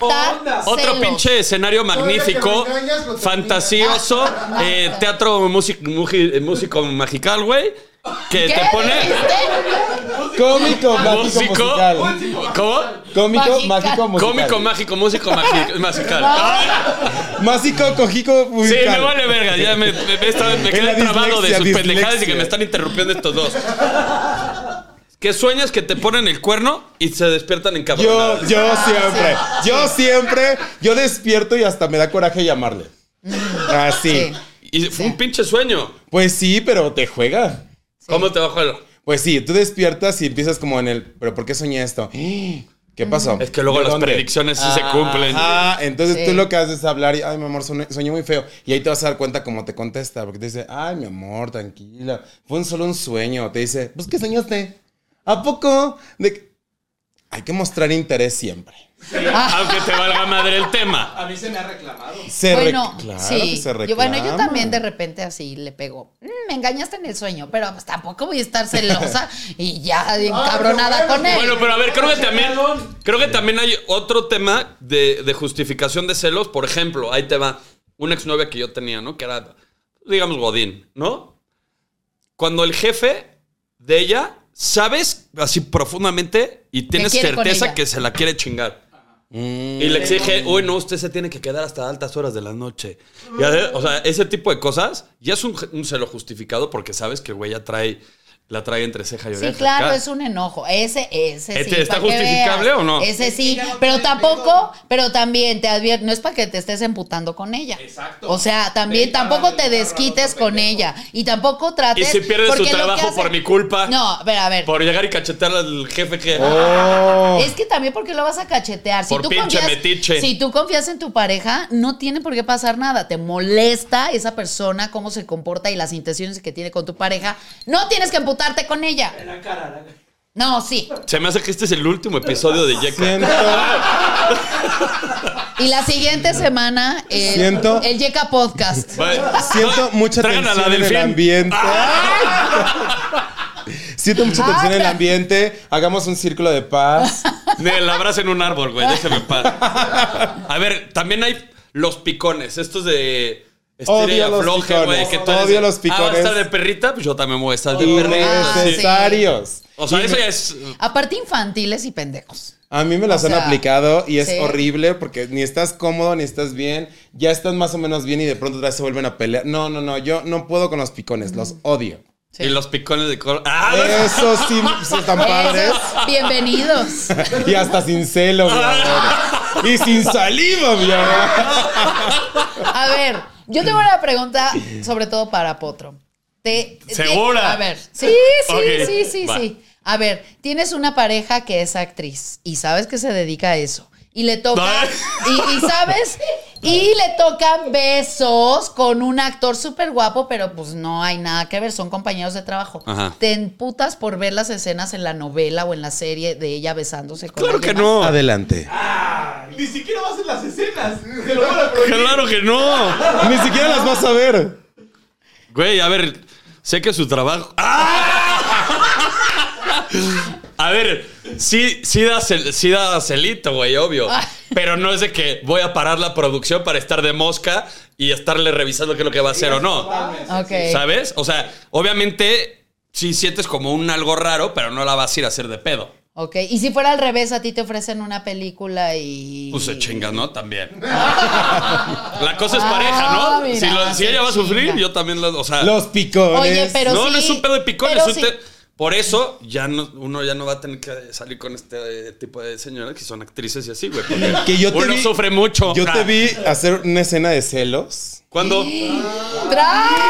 [SPEAKER 4] Onda.
[SPEAKER 1] Otro
[SPEAKER 4] Celos.
[SPEAKER 1] pinche escenario magnífico,
[SPEAKER 2] que me engañas, lo terminas.
[SPEAKER 1] fantasioso, eh, teatro music- muji- eh, músico magical, güey. Que
[SPEAKER 4] ¿Qué
[SPEAKER 1] te pone
[SPEAKER 4] dijiste?
[SPEAKER 3] Cómico, mágico,
[SPEAKER 1] músico.
[SPEAKER 3] musical.
[SPEAKER 1] ¿Cómo?
[SPEAKER 3] Cómico,
[SPEAKER 4] Magical.
[SPEAKER 3] mágico, musical.
[SPEAKER 1] Cómico, mágico, músico magi- magical. Ay,
[SPEAKER 3] Mágico, cojico,
[SPEAKER 1] sí,
[SPEAKER 3] musical.
[SPEAKER 1] me vale verga. Ya me, me, me estaba- me
[SPEAKER 3] Es
[SPEAKER 1] quedé
[SPEAKER 3] la
[SPEAKER 1] trabado de
[SPEAKER 3] dislexia,
[SPEAKER 1] sus pendejadas y que
[SPEAKER 3] dislexia.
[SPEAKER 1] me están interrumpiendo estos dos. Que sueñas que te ponen el cuerno y se despiertan en
[SPEAKER 3] Yo, yo siempre, yo siempre, yo despierto y hasta me da coraje llamarle. Así.
[SPEAKER 4] Sí.
[SPEAKER 1] Y fue un pinche sueño.
[SPEAKER 3] Pues sí, pero te juega.
[SPEAKER 1] ¿Cómo te bajo el.?
[SPEAKER 3] Pues sí, tú despiertas y empiezas como en el, pero ¿por qué soñé esto? ¿Qué pasó?
[SPEAKER 1] Es que luego
[SPEAKER 3] ¿De
[SPEAKER 1] las
[SPEAKER 3] dónde?
[SPEAKER 1] predicciones sí se cumplen.
[SPEAKER 3] Ah, entonces
[SPEAKER 4] Sí.
[SPEAKER 3] tú lo que haces es hablar y, ay, mi amor, soñé, soñé muy feo. Y ahí te vas a dar cuenta cómo te contesta, porque te dice, ay, mi amor, tranquila, fue un solo un sueño. Te dice, pues, ¿qué soñaste? ¿A poco? De... que- Hay que mostrar interés siempre.
[SPEAKER 1] Aunque te valga madre el tema.
[SPEAKER 7] A mí se me ha reclamado.
[SPEAKER 3] Se re-
[SPEAKER 4] bueno,
[SPEAKER 3] claro
[SPEAKER 4] sí.
[SPEAKER 3] que se
[SPEAKER 4] Yo, bueno, yo
[SPEAKER 3] reclama.
[SPEAKER 4] también de repente así le pego. "Mm, me engañaste en el sueño, pero pues tampoco voy a estar celosa y ya encabronada
[SPEAKER 2] qué bueno,
[SPEAKER 4] con él.
[SPEAKER 1] Bueno, pero a ver, creo que también, creo que también hay otro tema de, de justificación de celos. Por ejemplo, ahí te va una exnovia que yo tenía, ¿no? Que era, digamos, Godín, ¿no? Cuando el jefe de ella sabes así profundamente y tienes
[SPEAKER 4] quiere con
[SPEAKER 1] certeza
[SPEAKER 4] ella.
[SPEAKER 1] que se la quiere chingar. Y le exige, uy, no, usted se tiene que quedar hasta altas horas de la noche. Y hace- o sea, ese tipo de cosas ya es un, un celo justificado porque sabes que el güey ya trae, la trae entre ceja y oreja.
[SPEAKER 4] Sí, claro,
[SPEAKER 1] acá.
[SPEAKER 4] es un enojo. Ese, ese sí.
[SPEAKER 1] Este, ¿está
[SPEAKER 4] pa' que
[SPEAKER 1] justificable
[SPEAKER 4] veas.
[SPEAKER 1] o no?
[SPEAKER 4] Ese sí, pero tampoco, pero también te advierto, no es para que te estés emputando con ella.
[SPEAKER 7] Exacto.
[SPEAKER 4] O sea, también
[SPEAKER 7] Déjala
[SPEAKER 4] tampoco
[SPEAKER 7] de
[SPEAKER 4] te
[SPEAKER 7] estar
[SPEAKER 4] desquites
[SPEAKER 7] hablando
[SPEAKER 4] con
[SPEAKER 7] pendejo.
[SPEAKER 4] ella y tampoco trates.
[SPEAKER 1] Y si pierdes
[SPEAKER 4] porque
[SPEAKER 1] tu
[SPEAKER 4] lo que
[SPEAKER 1] trabajo
[SPEAKER 4] hace-
[SPEAKER 1] por mi culpa.
[SPEAKER 4] No, pero a ver.
[SPEAKER 1] Por llegar y cachetear al jefe que.
[SPEAKER 3] Oh.
[SPEAKER 4] Es que también porque lo vas a cachetear. Si
[SPEAKER 1] Por
[SPEAKER 4] tú
[SPEAKER 1] pinche
[SPEAKER 4] confías,
[SPEAKER 1] metiche.
[SPEAKER 4] Si tú confías en tu pareja, no tiene por qué pasar nada. Te molesta esa persona, cómo se comporta y las intenciones que tiene con tu pareja. No tienes que emputarte con ella. No, sí.
[SPEAKER 1] Se me hace que este es el último episodio de Jack.
[SPEAKER 3] Siento,
[SPEAKER 4] Y la siguiente semana, el,
[SPEAKER 3] Siento.
[SPEAKER 4] el Yeka Podcast.
[SPEAKER 3] siento mucha
[SPEAKER 1] Traigan a la
[SPEAKER 3] tensión en el
[SPEAKER 1] delfín. Ah.
[SPEAKER 3] ambiente. Siento
[SPEAKER 4] Ah.
[SPEAKER 3] mucha tensión en el ambiente. Hagamos un círculo de paz.
[SPEAKER 1] Me la abrazo en un árbol, güey. Déjame en paz. A ver, también hay los picones. Estos de. Estira y
[SPEAKER 3] Odio los
[SPEAKER 1] afloje, güey.
[SPEAKER 3] picones.
[SPEAKER 1] que tal?
[SPEAKER 3] Odio los
[SPEAKER 1] Ah, ¿va a estar
[SPEAKER 3] picones.
[SPEAKER 1] de perrita, pues yo también voy a estar de perrita.
[SPEAKER 4] Ah, sí.
[SPEAKER 3] Innecesarios.
[SPEAKER 1] O sea, eso ya es.
[SPEAKER 4] Aparte, infantiles y pendejos.
[SPEAKER 3] A mí me las
[SPEAKER 4] O
[SPEAKER 3] han
[SPEAKER 4] sea,
[SPEAKER 3] aplicado y es
[SPEAKER 4] sí.
[SPEAKER 3] horrible porque ni estás cómodo, ni estás bien, ya estás más o menos bien y de pronto otra vez se vuelven a pelear. No, no, no, yo no puedo con los picones,
[SPEAKER 4] Mm.
[SPEAKER 3] los odio.
[SPEAKER 4] Sí.
[SPEAKER 1] Y los picones de color. ¡Ah!
[SPEAKER 3] Eso sí, sí están padres.
[SPEAKER 4] Esos, bienvenidos.
[SPEAKER 3] Y hasta sin celo, mi amor. Y sin saliva, mi amor.
[SPEAKER 4] A ver, yo tengo una pregunta, sobre todo para Potro. Te- te-
[SPEAKER 1] ¿Segura?
[SPEAKER 4] a ver, sí, sí,
[SPEAKER 1] Ok,
[SPEAKER 4] sí, sí,
[SPEAKER 1] va.
[SPEAKER 4] sí. A ver, tienes una pareja que es actriz y sabes que se dedica a eso. Y le toca.
[SPEAKER 1] No.
[SPEAKER 4] Y, y sabes. Y le tocan besos con un actor súper guapo, pero pues no hay nada que ver, son compañeros de trabajo.
[SPEAKER 1] Ajá.
[SPEAKER 4] Te emputas por ver las escenas en la novela o en la serie de ella besándose con
[SPEAKER 1] Claro
[SPEAKER 4] alguien
[SPEAKER 1] que no.
[SPEAKER 3] Adelante.
[SPEAKER 7] Ni siquiera vas en las escenas. Te lo van a prohibir.
[SPEAKER 1] Claro que no.
[SPEAKER 3] Ni siquiera las vas a ver.
[SPEAKER 1] Güey, a ver, sé que su trabajo. ¡Ah! A ver, sí, sí da, cel- sí da celito, güey, obvio. Pero no es de que voy a parar la producción para estar de mosca y estarle revisando qué es lo que va a hacer o no.
[SPEAKER 4] Ok.
[SPEAKER 1] ¿Sabes? O sea, obviamente sí sientes como un algo raro, pero no la vas a ir a hacer de pedo.
[SPEAKER 4] Ok, y si fuera al revés, a ti te ofrecen una película y.
[SPEAKER 1] Pues se chingas, ¿no? También. La cosa es pareja,
[SPEAKER 4] Ah,
[SPEAKER 1] ¿no?
[SPEAKER 4] mira,
[SPEAKER 1] si, lo- si
[SPEAKER 4] se
[SPEAKER 1] ella va a sufrir,
[SPEAKER 4] chinga.
[SPEAKER 1] yo también, la- o sea...
[SPEAKER 3] Los picones.
[SPEAKER 4] Oye, pero
[SPEAKER 1] no,
[SPEAKER 4] sí.
[SPEAKER 1] no es un pedo de picones.
[SPEAKER 4] pero
[SPEAKER 1] es un
[SPEAKER 4] sí.
[SPEAKER 1] te- Por eso ya no, uno ya no va a tener que salir con este eh, tipo de señoras que son actrices y así, güey. porque
[SPEAKER 3] Que yo te
[SPEAKER 1] uno
[SPEAKER 3] vi-
[SPEAKER 1] sufre mucho.
[SPEAKER 3] Yo
[SPEAKER 1] Ja.
[SPEAKER 3] te vi hacer una escena de celos
[SPEAKER 1] Cuando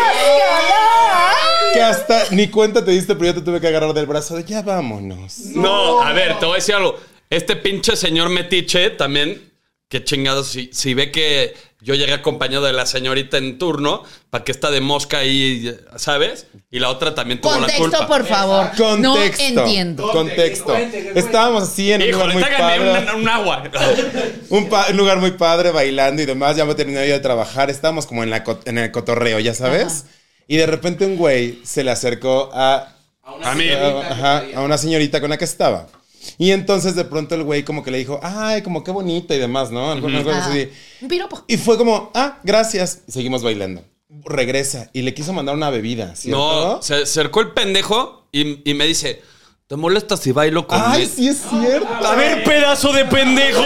[SPEAKER 4] ¡Tras!
[SPEAKER 3] que hasta ni cuenta te diste, pero yo te tuve que agarrar del brazo de ya vámonos.
[SPEAKER 1] No, a ver, te voy a decir algo. Este pinche señor metiche también, que chingados, si, si ve que yo llegué acompañado de la señorita en turno, para que está de mosca ahí, ¿sabes? Y la otra también tuvo la
[SPEAKER 4] Contexto,
[SPEAKER 1] culpa.
[SPEAKER 4] por favor. No
[SPEAKER 3] Contexto.
[SPEAKER 4] entiendo.
[SPEAKER 3] Contexto.
[SPEAKER 7] Cuente, que cuente.
[SPEAKER 3] Estábamos así en un lugar
[SPEAKER 1] Híjole,
[SPEAKER 3] muy
[SPEAKER 1] tráiganme
[SPEAKER 3] padre.
[SPEAKER 1] un, un agua.
[SPEAKER 3] Un, pa- un lugar muy padre, bailando y demás. Ya me terminé yo de trabajar. Estábamos como en, la co- en el cotorreo, ya sabes. Y de repente un güey se le acercó a,
[SPEAKER 1] A mí.
[SPEAKER 3] a- ajá, a una señorita con la que estaba. Y entonces de pronto el güey como que le dijo, ay, como qué bonita y demás, ¿no? Algo- algo
[SPEAKER 4] Ah,
[SPEAKER 3] así.
[SPEAKER 4] un piropo.
[SPEAKER 3] Y fue como, ah, gracias. Y seguimos bailando. Regresa y le quiso mandar una bebida, ¿cierto?
[SPEAKER 1] No, se acercó el pendejo y, y me dice, ¿te molesta si bailo con
[SPEAKER 3] Ay,
[SPEAKER 1] él?"
[SPEAKER 3] sí es cierto.
[SPEAKER 1] A ver, pedazo de pendejo.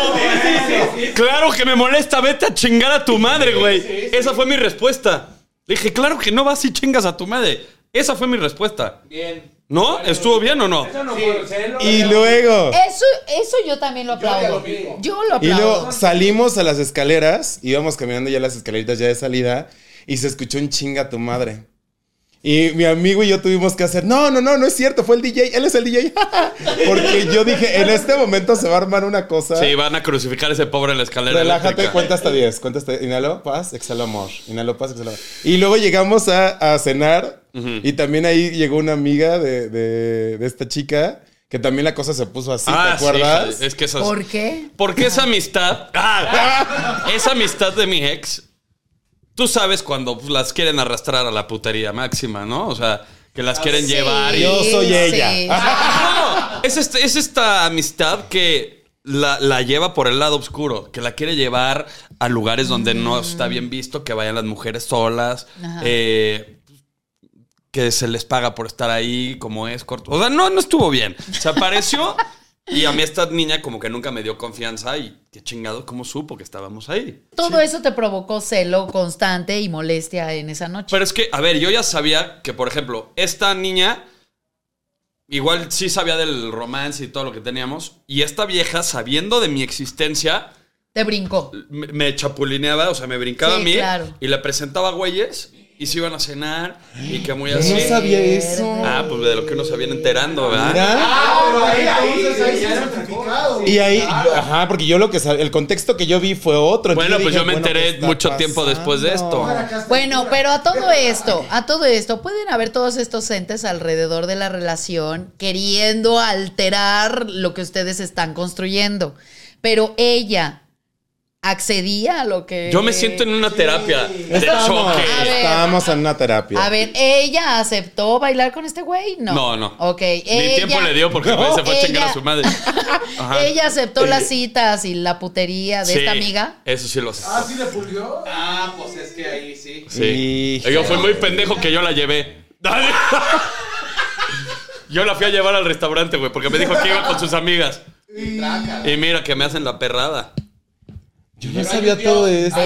[SPEAKER 1] Claro que me molesta, vete a chingar a tu madre, güey. Esa fue mi respuesta. Le dije, claro que no vas y chingas a tu madre. Esa fue mi respuesta.
[SPEAKER 7] Bien.
[SPEAKER 1] ¿No? ¿Estuvo bien o no?
[SPEAKER 7] Eso no puedo ser.
[SPEAKER 3] Y luego...
[SPEAKER 4] Eso, eso yo también lo aplaudo.
[SPEAKER 7] haría lo mismo.
[SPEAKER 4] Yo lo
[SPEAKER 3] Y
[SPEAKER 4] aplaudo.
[SPEAKER 3] luego salimos a las escaleras, íbamos caminando ya las escaleritas ya de salida, y se escuchó un chinga tu madre. Y mi amigo y yo tuvimos que hacer, no, no, no, no es cierto, fue el DJ, él es el DJ. Porque yo dije, en este momento se va a armar una cosa.
[SPEAKER 1] Sí, van a crucificar a ese pobre en la escalera.
[SPEAKER 3] Relájate,
[SPEAKER 1] eléctrica.
[SPEAKER 3] cuenta hasta 10, cuenta hasta Inhalo, paz, exhalo amor. Inhalo, paz, exhalo amor. Y luego llegamos a, a cenar y también ahí llegó una amiga de, de- de esta chica que también la cosa se puso así,
[SPEAKER 1] Ah,
[SPEAKER 3] ¿te acuerdas?
[SPEAKER 1] sí, es que esas.
[SPEAKER 4] ¿Por qué?
[SPEAKER 1] Porque esa amistad. ¡Ah! esa amistad de mi ex. Tú sabes cuando pues, las quieren arrastrar a la putería máxima, ¿no? O sea, que
[SPEAKER 7] Ah,
[SPEAKER 1] las quieren
[SPEAKER 4] Sí, Ah,
[SPEAKER 1] llevar y.
[SPEAKER 3] Yo soy ella.
[SPEAKER 1] No, es, este- es esta amistad que la, la lleva por el lado oscuro, que la quiere llevar a lugares donde no está bien visto, que vayan las mujeres solas,
[SPEAKER 4] Ajá.
[SPEAKER 1] eh, que se les paga por estar ahí como escort. O sea, no, no estuvo bien. Se apareció y a mí esta niña como que nunca me dio confianza y qué chingado, ¿cómo supo que estábamos ahí?
[SPEAKER 4] Todo eso te provocó celo constante y molestia en esa noche.
[SPEAKER 1] Pero es que, a ver, yo ya sabía que, por ejemplo, esta niña igual sí sabía del romance y todo lo que teníamos. Y esta vieja, sabiendo de mi existencia,
[SPEAKER 4] te brincó.
[SPEAKER 1] me, me chapulineaba, o sea, me brincaba
[SPEAKER 4] Sí,
[SPEAKER 1] a mí
[SPEAKER 4] claro.
[SPEAKER 1] y le presentaba güeyes y se iban a cenar y que muy
[SPEAKER 3] Yo
[SPEAKER 1] así.
[SPEAKER 3] no sabía eso.
[SPEAKER 1] Ah, pues de lo que uno se viene enterando, ¿verdad?
[SPEAKER 7] Ah,
[SPEAKER 3] Mira.
[SPEAKER 2] Ah, pero ahí entonces ahí sí es certificado.
[SPEAKER 3] Y ahí, ajá, porque yo lo que sabía, el contexto que yo vi fue otro.
[SPEAKER 1] Bueno,
[SPEAKER 3] Yo
[SPEAKER 1] pues
[SPEAKER 3] dije,
[SPEAKER 1] yo me
[SPEAKER 3] bueno, ¿qué
[SPEAKER 1] enteré
[SPEAKER 3] está
[SPEAKER 1] mucho tiempo
[SPEAKER 3] pasando?
[SPEAKER 1] después de esto.
[SPEAKER 4] Bueno, pero a todo esto, a todo esto, pueden haber todos estos entes alrededor de la relación queriendo alterar lo que ustedes están construyendo. Pero ella accedía a lo que.
[SPEAKER 1] Yo me siento en una terapia de
[SPEAKER 3] Estamos,
[SPEAKER 1] choque.
[SPEAKER 4] A ver.
[SPEAKER 3] estábamos en una terapia.
[SPEAKER 4] A ver, ¿ella aceptó bailar con este güey? No.
[SPEAKER 1] No, no.
[SPEAKER 4] Ok.
[SPEAKER 1] Ni tiempo le dio porque se fue a chingar a
[SPEAKER 4] ella-
[SPEAKER 1] su madre. Ajá.
[SPEAKER 4] Ella aceptó las
[SPEAKER 3] Eh.
[SPEAKER 4] citas y la putería de
[SPEAKER 1] Sí,
[SPEAKER 4] esta amiga.
[SPEAKER 1] Eso sí lo sé.
[SPEAKER 2] Ah, sí le pulgió.
[SPEAKER 7] Ah, pues es que ahí sí.
[SPEAKER 1] Sí.
[SPEAKER 3] Híjole.
[SPEAKER 1] Yo fui muy pendejo que yo la llevé. Yo la fui a llevar al restaurante, güey, porque me dijo que iba con sus amigas. Y mira que me hacen la perrada.
[SPEAKER 3] Yo no sabía todo esto.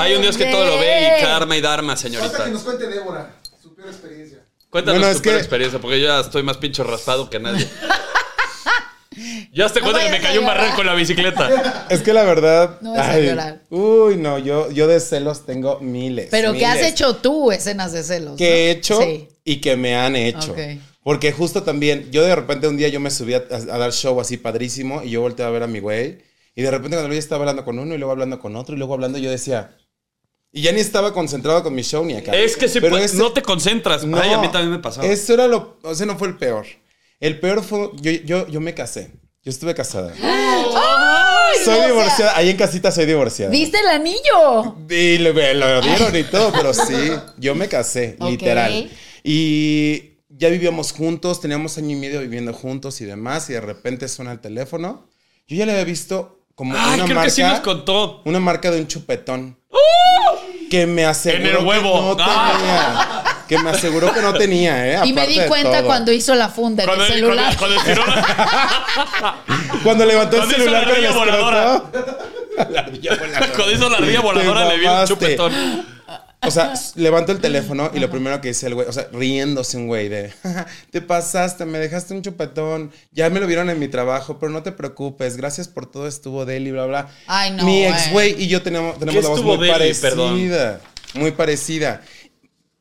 [SPEAKER 1] Hay un Dios que todo lo ve y karma y dharma, señorita.
[SPEAKER 2] Falta que nos cuente Débora su peor experiencia.
[SPEAKER 1] Cuéntanos
[SPEAKER 3] Bueno,
[SPEAKER 1] tu
[SPEAKER 3] es que-
[SPEAKER 1] peor experiencia, porque yo ya estoy más pincho raspado que nadie. Ya te
[SPEAKER 4] No
[SPEAKER 1] cuenta que me
[SPEAKER 4] vayas a
[SPEAKER 1] cayó un
[SPEAKER 4] llorar.
[SPEAKER 1] barranco en la bicicleta.
[SPEAKER 3] Es que la verdad.
[SPEAKER 4] No vas a
[SPEAKER 3] ay,
[SPEAKER 4] llorar.
[SPEAKER 3] Uy, no, yo, yo de celos tengo miles.
[SPEAKER 4] Pero que
[SPEAKER 3] miles.
[SPEAKER 4] has hecho tú escenas de celos.
[SPEAKER 3] que
[SPEAKER 4] ¿no?
[SPEAKER 3] he hecho
[SPEAKER 4] Sí.
[SPEAKER 3] y que me han hecho.
[SPEAKER 4] Ok.
[SPEAKER 3] Porque justo también, yo de repente un día yo me subí a, a dar show así padrísimo y yo volteé a ver a mi güey. Y de repente cuando yo estaba hablando con uno y luego hablando con otro y luego hablando, yo decía. Y ya ni estaba concentrado con mi show ni acá.
[SPEAKER 1] Es que si
[SPEAKER 3] Pero
[SPEAKER 1] pues,
[SPEAKER 3] ese-
[SPEAKER 1] no te concentras.
[SPEAKER 3] no,
[SPEAKER 1] Ay, a mí también me pasaba.
[SPEAKER 3] Eso era lo. O sea, no fue el peor. El peor fue. Yo, yo, yo me casé. Yo estuve casada.
[SPEAKER 4] ¡Ay,
[SPEAKER 3] soy
[SPEAKER 4] o sea,
[SPEAKER 3] divorciada. ahí en casita soy divorciada.
[SPEAKER 4] ¿Viste el anillo?
[SPEAKER 3] Y lo, lo dieron y todo, pero sí, yo me casé,
[SPEAKER 4] Ok.
[SPEAKER 3] literal. Y ya vivíamos juntos, teníamos año y medio viviendo juntos y demás, y de repente suena el teléfono. Yo ya le había visto como
[SPEAKER 1] Ay,
[SPEAKER 3] una
[SPEAKER 1] creo
[SPEAKER 3] marca.
[SPEAKER 1] que sí nos contó.
[SPEAKER 3] Una marca de un chupetón. Que me aseguró
[SPEAKER 1] En el huevo. Ah.
[SPEAKER 3] que no tenía. Que me aseguró que no tenía, ¿eh?
[SPEAKER 4] Y me
[SPEAKER 3] aparte
[SPEAKER 4] di
[SPEAKER 3] de
[SPEAKER 4] cuenta
[SPEAKER 3] todo.
[SPEAKER 4] cuando hizo la funda en
[SPEAKER 1] Cuando,
[SPEAKER 4] el
[SPEAKER 1] el-
[SPEAKER 4] celular.
[SPEAKER 1] cuando- cuando estiró la-
[SPEAKER 3] Cuando levantó el
[SPEAKER 1] Cuando hizo
[SPEAKER 3] celular
[SPEAKER 1] la
[SPEAKER 3] con el
[SPEAKER 1] ardilla
[SPEAKER 3] escroto. La ardilla voladora.
[SPEAKER 1] cuando hizo la ardilla voladora
[SPEAKER 3] Te
[SPEAKER 1] le vi un
[SPEAKER 3] mamaste.
[SPEAKER 1] chupetón.
[SPEAKER 3] O sea, s- levanto el teléfono y lo primero que dice el güey, o sea, riéndose un güey de, "Ja, ja, te pasaste, me dejaste un chupetón, ya me lo vieron en mi trabajo, pero no te preocupes, gracias por todo estuvo Deli, bla, bla.
[SPEAKER 4] Ay, no,
[SPEAKER 3] Mi
[SPEAKER 4] güey.
[SPEAKER 3] ex güey y yo tenemos, tenemos la voz
[SPEAKER 1] estuvo
[SPEAKER 3] muy
[SPEAKER 1] Deli?
[SPEAKER 3] parecida,
[SPEAKER 1] Perdón.
[SPEAKER 3] muy parecida.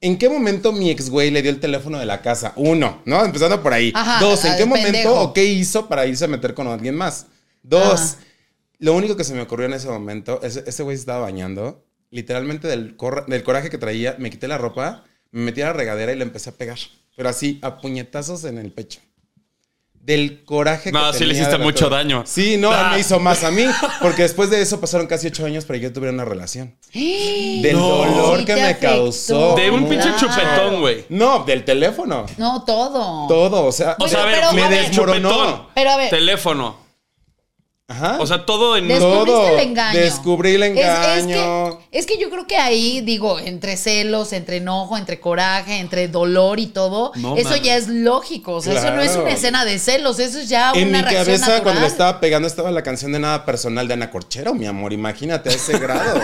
[SPEAKER 3] ¿En qué momento mi ex güey le dio el teléfono de la casa? Uno, ¿no? Empezando por ahí.
[SPEAKER 4] Ajá,
[SPEAKER 3] Dos, ¿en
[SPEAKER 4] al
[SPEAKER 3] qué momento
[SPEAKER 4] pendejo.
[SPEAKER 3] o qué hizo para irse a meter con alguien más? Dos,
[SPEAKER 4] Ajá.
[SPEAKER 3] lo único que se me ocurrió en ese momento, ese ese güey se estaba bañando. Literalmente del, cor- del coraje que traía, me quité la ropa, me metí a la regadera y le empecé a pegar. Pero así, a puñetazos en el pecho. Del coraje
[SPEAKER 1] No,
[SPEAKER 3] que
[SPEAKER 1] sí le
[SPEAKER 3] tenía
[SPEAKER 1] hiciste
[SPEAKER 3] de la
[SPEAKER 1] mucho
[SPEAKER 3] todo.
[SPEAKER 1] daño.
[SPEAKER 3] Sí, no,
[SPEAKER 1] Ah.
[SPEAKER 3] me hizo más a mí. Porque después de eso pasaron casi ocho años para que yo tuviera una relación. Del dolor
[SPEAKER 4] Sí
[SPEAKER 3] que
[SPEAKER 4] te
[SPEAKER 3] me
[SPEAKER 4] afectó.
[SPEAKER 3] causó.
[SPEAKER 1] De un
[SPEAKER 3] mucho.
[SPEAKER 1] pinche
[SPEAKER 4] Claro.
[SPEAKER 1] chupetón, güey.
[SPEAKER 3] No, del teléfono.
[SPEAKER 4] No, todo.
[SPEAKER 3] Todo, o sea.
[SPEAKER 1] O sea, a ver,
[SPEAKER 4] Pero, pero,
[SPEAKER 1] me
[SPEAKER 4] a ver.
[SPEAKER 1] desmoronó.
[SPEAKER 3] Chupetón.
[SPEAKER 4] Pero a ver.
[SPEAKER 1] Teléfono.
[SPEAKER 3] Ajá.
[SPEAKER 1] O sea, todo en.
[SPEAKER 4] Descubriste
[SPEAKER 3] Todo.
[SPEAKER 4] el engaño.
[SPEAKER 3] Descubrí el
[SPEAKER 4] Es- Es,
[SPEAKER 3] engaño.
[SPEAKER 4] que, es que yo creo que ahí, digo, entre celos, entre enojo, entre coraje, entre dolor y todo,
[SPEAKER 1] No,
[SPEAKER 4] eso
[SPEAKER 1] mames.
[SPEAKER 4] ya es lógico. O sea, eso no es
[SPEAKER 3] Claro.
[SPEAKER 4] una escena de celos, eso es ya
[SPEAKER 3] En
[SPEAKER 4] una
[SPEAKER 3] mi
[SPEAKER 4] reacción
[SPEAKER 3] cabeza,
[SPEAKER 4] natural.
[SPEAKER 3] cuando le estaba pegando, estaba la canción de Nada Personal de Ana Corchero, mi amor. Imagínate a ese grado.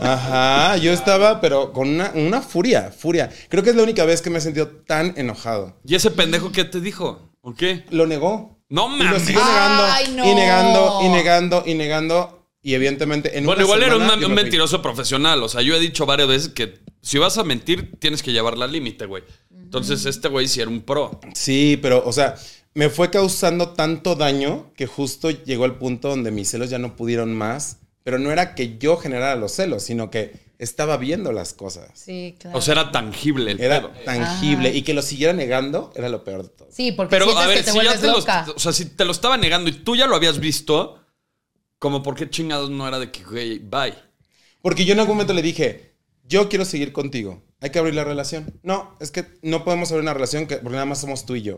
[SPEAKER 3] Ajá, yo estaba, pero con una, una furia, furia. Creo que es la única vez que me he sentido tan enojado.
[SPEAKER 1] ¿Y ese pendejo qué te dijo? ¿O qué?
[SPEAKER 3] Lo negó.
[SPEAKER 1] No
[SPEAKER 3] Y lo
[SPEAKER 1] mames.
[SPEAKER 3] siguió negando.
[SPEAKER 4] Ay, no.
[SPEAKER 3] Y negando, y negando, y negando. Y evidentemente, en
[SPEAKER 1] Bueno,
[SPEAKER 3] una
[SPEAKER 1] igual era un,
[SPEAKER 3] semana,
[SPEAKER 1] man-
[SPEAKER 3] yo
[SPEAKER 1] un
[SPEAKER 3] me fui.
[SPEAKER 1] mentiroso profesional. O sea, yo he dicho varias veces que si vas a mentir, tienes que llevarla al límite, güey. Entonces, este güey sí era un pro.
[SPEAKER 3] Sí, pero, o sea, me fue causando tanto daño que justo llegó al punto donde mis celos ya no pudieron más. Pero no era que yo generara los celos, sino que estaba viendo las cosas.
[SPEAKER 4] Sí, claro.
[SPEAKER 1] O sea, era tangible el
[SPEAKER 3] Era
[SPEAKER 1] pedo.
[SPEAKER 3] tangible. Y que lo siguiera negando era lo peor de todo.
[SPEAKER 4] sí, porque
[SPEAKER 1] Pero
[SPEAKER 4] sientes
[SPEAKER 1] a ver,
[SPEAKER 4] que te
[SPEAKER 1] si ya
[SPEAKER 4] vuelves
[SPEAKER 1] te lo,
[SPEAKER 4] loca.
[SPEAKER 1] o sea, si te lo estaba negando y tú ya lo habías visto, como por qué chingados no era de que, güey, bye.
[SPEAKER 3] Porque yo en algún momento le dije, yo quiero seguir contigo. Hay que abrir la relación. No, es que no podemos abrir una relación que, porque nada más somos tú y yo.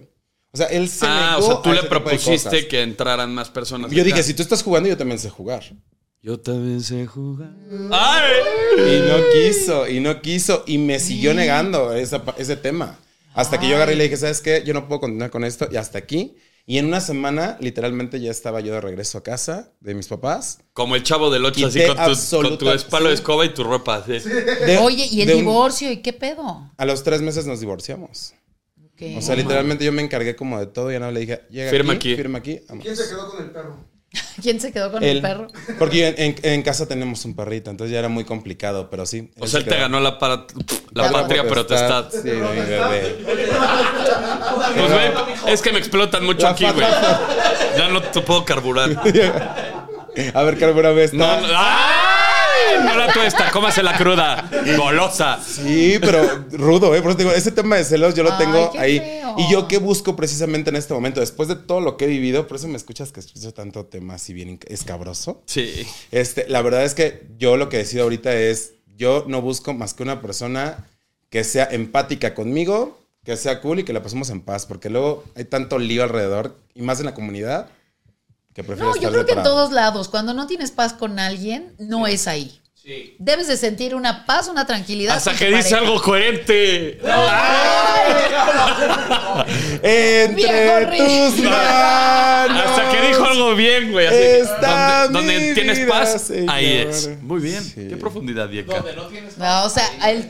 [SPEAKER 3] O sea, él se
[SPEAKER 1] ah, o
[SPEAKER 3] negó
[SPEAKER 1] sea, tú
[SPEAKER 3] a
[SPEAKER 1] le
[SPEAKER 3] ese tipo de cosas.
[SPEAKER 1] propusiste que entraran más personas.
[SPEAKER 3] Yo dije,
[SPEAKER 1] acá.
[SPEAKER 3] si tú estás jugando, yo también sé jugar.
[SPEAKER 1] Yo también sé jugar. ¡Ay!
[SPEAKER 3] Y no quiso, y no quiso, y me siguió negando esa pa- ese tema. Hasta que yo agarré y le dije, ¿sabes qué? Yo no puedo continuar con esto, y hasta aquí. Y en una semana, literalmente, ya estaba yo de regreso a casa de mis papás.
[SPEAKER 1] Como el chavo del 8, así
[SPEAKER 3] Quité
[SPEAKER 1] con tu, con tu
[SPEAKER 3] absoluta-
[SPEAKER 1] espalo de
[SPEAKER 3] sí.
[SPEAKER 1] escoba y tu ropa. así.
[SPEAKER 3] De-
[SPEAKER 4] Oye, ¿y el
[SPEAKER 3] de un-
[SPEAKER 4] divorcio? ¿Y qué pedo?
[SPEAKER 3] a los tres meses nos divorciamos.
[SPEAKER 4] ¿Qué?
[SPEAKER 3] O sea, literalmente yo me encargué como de todo y no le dije, llega
[SPEAKER 1] Firma
[SPEAKER 3] aquí,
[SPEAKER 1] aquí.
[SPEAKER 3] firma aquí. vámonos.
[SPEAKER 2] ¿Quién se quedó con el perro?
[SPEAKER 4] ¿Quién se quedó con
[SPEAKER 3] Él.
[SPEAKER 4] el perro?
[SPEAKER 3] Porque en, en- en casa tenemos un perrito, entonces ya era muy complicado, pero sí.
[SPEAKER 1] O sea, él
[SPEAKER 3] se
[SPEAKER 1] te
[SPEAKER 3] quedó.
[SPEAKER 1] ganó la, para- la
[SPEAKER 3] Patria
[SPEAKER 1] patria protestad.
[SPEAKER 3] Sí, de mi bebé.
[SPEAKER 1] Pues, güey, es que me explotan mucho
[SPEAKER 3] La
[SPEAKER 1] aquí, güey. Ya no te puedo carburar.
[SPEAKER 3] A ver, carbura, ves.
[SPEAKER 1] No, no, ¡ay! No la tuesta, cómase la cruda. Golosa.
[SPEAKER 3] Sí, pero rudo, ¿eh? Por eso te digo, ese tema de celos yo lo
[SPEAKER 4] Ay,
[SPEAKER 3] tengo
[SPEAKER 4] qué
[SPEAKER 3] ahí.
[SPEAKER 4] feo.
[SPEAKER 3] Y yo qué busco precisamente en este momento, después de todo lo que he vivido, por eso me escuchas que escucho tanto tema así bien escabroso.
[SPEAKER 1] Sí.
[SPEAKER 3] Este, la verdad es que yo lo que decido ahorita es, yo no busco más que una persona que sea empática conmigo, que sea cool y que la pasemos en paz, porque luego hay tanto lío alrededor, y más en la comunidad, que prefiero
[SPEAKER 4] No, yo
[SPEAKER 3] estar
[SPEAKER 4] creo que en
[SPEAKER 3] separado.
[SPEAKER 4] todos lados, cuando no tienes paz con alguien, no es ahí.
[SPEAKER 7] Sí.
[SPEAKER 4] Debes de sentir una paz, una tranquilidad.
[SPEAKER 1] Hasta
[SPEAKER 4] con
[SPEAKER 1] que
[SPEAKER 4] tu
[SPEAKER 1] dice
[SPEAKER 4] pareja.
[SPEAKER 1] algo coherente.
[SPEAKER 3] Entre
[SPEAKER 4] Viejo
[SPEAKER 3] tus manos.
[SPEAKER 1] Hasta que dijo algo bien, güey. así.
[SPEAKER 3] Está
[SPEAKER 1] donde donde
[SPEAKER 3] mi
[SPEAKER 1] tienes
[SPEAKER 3] vida,
[SPEAKER 1] paz,
[SPEAKER 3] señor.
[SPEAKER 1] ahí es. Muy bien.
[SPEAKER 3] Sí.
[SPEAKER 1] Qué profundidad, Dieka.
[SPEAKER 7] Donde no tienes
[SPEAKER 4] No, o sea, el-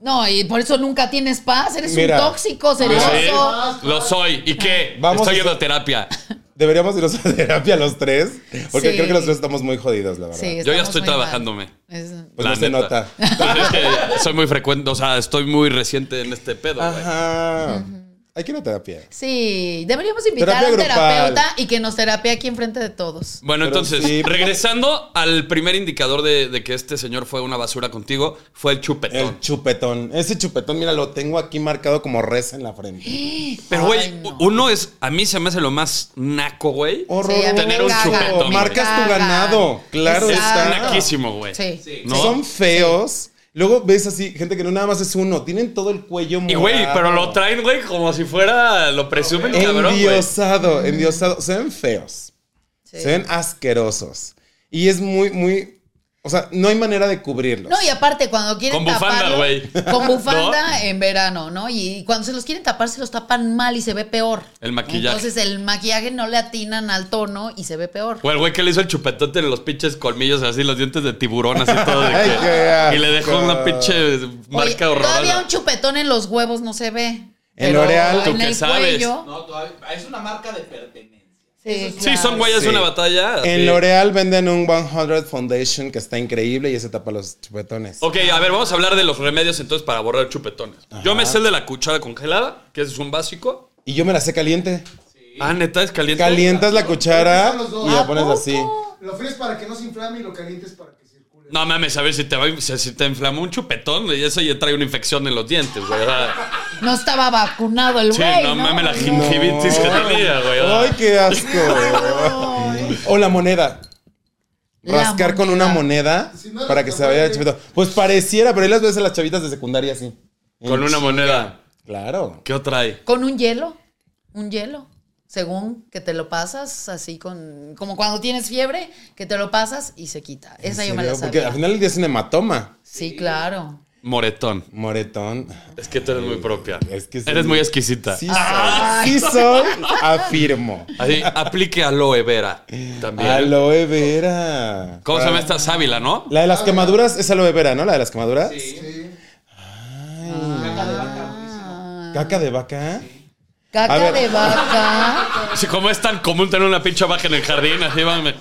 [SPEAKER 4] no, y por eso nunca tienes paz, eres
[SPEAKER 3] Mira.
[SPEAKER 4] un tóxico,
[SPEAKER 1] Sí,
[SPEAKER 4] celoso.
[SPEAKER 1] lo soy. ¿Y qué?
[SPEAKER 3] Vamos
[SPEAKER 1] Estoy
[SPEAKER 3] a
[SPEAKER 1] yendo a
[SPEAKER 3] hacer-
[SPEAKER 1] terapia.
[SPEAKER 3] Deberíamos irnos a terapia los tres, porque
[SPEAKER 4] Sí.
[SPEAKER 3] creo que los tres estamos muy jodidos, la verdad.
[SPEAKER 4] Sí,
[SPEAKER 1] Yo ya
[SPEAKER 4] estamos
[SPEAKER 1] estoy
[SPEAKER 4] muy
[SPEAKER 1] trabajándome.
[SPEAKER 4] mal. Es-
[SPEAKER 3] Pues
[SPEAKER 1] La
[SPEAKER 3] no se
[SPEAKER 1] neta.
[SPEAKER 3] nota.
[SPEAKER 1] Pues es que soy muy frecuente, o sea, estoy muy reciente en este pedo, güey.
[SPEAKER 3] Ajá. Hay que ir a terapia.
[SPEAKER 4] Sí, deberíamos invitar
[SPEAKER 3] Terapia
[SPEAKER 4] a un
[SPEAKER 3] grupal.
[SPEAKER 4] terapeuta y que nos terapie aquí enfrente de todos.
[SPEAKER 1] Bueno,
[SPEAKER 3] Pero
[SPEAKER 1] entonces,
[SPEAKER 3] sí.
[SPEAKER 1] regresando al primer indicador de, de que este señor fue una basura contigo, fue el chupetón.
[SPEAKER 3] El chupetón. Ese chupetón, mira, lo tengo aquí marcado como res en la frente.
[SPEAKER 1] Pero, güey,
[SPEAKER 4] Ay, no.
[SPEAKER 1] uno es, a mí se me hace lo más naco, güey.
[SPEAKER 3] Horroroso.
[SPEAKER 4] a mí me
[SPEAKER 1] Tener un caga, chupetón, me
[SPEAKER 3] Marcas tu
[SPEAKER 4] caga.
[SPEAKER 3] ganado. Claro
[SPEAKER 1] Es
[SPEAKER 4] Exacto.
[SPEAKER 3] está.
[SPEAKER 1] naquísimo, güey.
[SPEAKER 4] Sí.
[SPEAKER 1] ¿No?
[SPEAKER 3] Son feos. Luego ves así, gente que no nada más es uno, tienen todo el cuello
[SPEAKER 1] Y güey,
[SPEAKER 3] morado.
[SPEAKER 1] pero lo traen, güey, como si fuera. Lo presumen, cabrón, güey.
[SPEAKER 3] Endiosado, endiosado. Se ven feos. Se ven asquerosos. Y es muy, muy. O sea, no hay manera de cubrirlos.
[SPEAKER 4] No, y aparte, cuando quieren
[SPEAKER 1] Con bufanda,
[SPEAKER 4] taparlo-
[SPEAKER 1] güey.
[SPEAKER 4] Con bufanda en verano, ¿no? Y cuando se los quieren tapar, se los tapan mal y se ve peor.
[SPEAKER 1] El maquillaje.
[SPEAKER 4] Entonces el maquillaje no le atinan al tono y se ve peor.
[SPEAKER 1] O el güey que le hizo el chupetote en los pinches colmillos, así los dientes de tiburón, así todo. De que,
[SPEAKER 3] Ay, qué
[SPEAKER 1] y le dejó
[SPEAKER 3] asco.
[SPEAKER 1] una pinche
[SPEAKER 4] Oye,
[SPEAKER 1] marca
[SPEAKER 4] Todavía
[SPEAKER 1] horrorosa.
[SPEAKER 4] un chupetón en los huevos no se ve.
[SPEAKER 3] En
[SPEAKER 4] pero
[SPEAKER 3] L'Oreal,
[SPEAKER 1] ¿tú
[SPEAKER 4] en
[SPEAKER 1] qué
[SPEAKER 4] el
[SPEAKER 1] sabes?
[SPEAKER 4] cuello,
[SPEAKER 7] No, todavía. Es una marca de pertenencia.
[SPEAKER 4] Sí,
[SPEAKER 1] Sí, son güeyes
[SPEAKER 3] Sí.
[SPEAKER 1] una batalla. así.
[SPEAKER 3] En L'Oreal venden un 100 Foundation que está increíble y ese tapa los chupetones.
[SPEAKER 1] Ok, a ver, vamos a hablar de los remedios entonces para borrar chupetones. Yo me sé el de la cuchara congelada, que ese es un básico.
[SPEAKER 3] Y yo me la sé caliente.
[SPEAKER 1] Ah, neta, es caliente.
[SPEAKER 3] Calientas la cuchara
[SPEAKER 2] Son los dos.
[SPEAKER 3] y la
[SPEAKER 2] ¿A
[SPEAKER 3] pones
[SPEAKER 2] poco?
[SPEAKER 3] así.
[SPEAKER 2] Lo fríes para que no se inflame y lo calientes para que circule.
[SPEAKER 1] No mames, a ver si te, va- si si te inflamó un chupetón y eso ya trae una infección en los dientes, güey. o sea,
[SPEAKER 4] no estaba vacunado el
[SPEAKER 1] Sí,
[SPEAKER 4] güey.
[SPEAKER 1] no mames, la
[SPEAKER 4] No.
[SPEAKER 1] gingivitis que tenía, güey. o sea.
[SPEAKER 3] Ay, qué asco. güey. o la moneda.
[SPEAKER 4] La
[SPEAKER 3] Rascar con una moneda
[SPEAKER 2] Si no,
[SPEAKER 3] para
[SPEAKER 2] no
[SPEAKER 3] que se
[SPEAKER 2] puede.
[SPEAKER 3] vaya el chupetón. Pues pareciera, pero ahí las ves a las chavitas de secundaria así.
[SPEAKER 1] Con una moneda.
[SPEAKER 3] Claro.
[SPEAKER 1] ¿Qué otra hay?
[SPEAKER 4] Con un hielo, un hielo. Según que te lo pasas así con... Como cuando tienes fiebre, que te lo pasas y se quita. Esa yo me la
[SPEAKER 3] ¿En serio? Porque
[SPEAKER 4] sabía.
[SPEAKER 3] al final el día es un hematoma.
[SPEAKER 4] Sí, claro.
[SPEAKER 1] Moretón.
[SPEAKER 3] Moretón.
[SPEAKER 1] Es que tú eres muy propia.
[SPEAKER 3] Es que sí.
[SPEAKER 1] eres muy exquisita.
[SPEAKER 3] Sí soy. Sí soy. Afirmo.
[SPEAKER 1] Así, aplique aloe vera también.
[SPEAKER 3] Aloe vera.
[SPEAKER 1] ¿Cómo se llama esta sábila, no?
[SPEAKER 3] La de
[SPEAKER 7] Ah,
[SPEAKER 3] las quemaduras es aloe vera, ¿no? La de las quemaduras.
[SPEAKER 2] Sí.
[SPEAKER 7] Caca de vaca, buenísimo.
[SPEAKER 3] Caca de vaca. A
[SPEAKER 4] Caca
[SPEAKER 3] ver.
[SPEAKER 4] de vaca.
[SPEAKER 1] Sí, como es tan común tener una pinche vaca en el jardín, así van.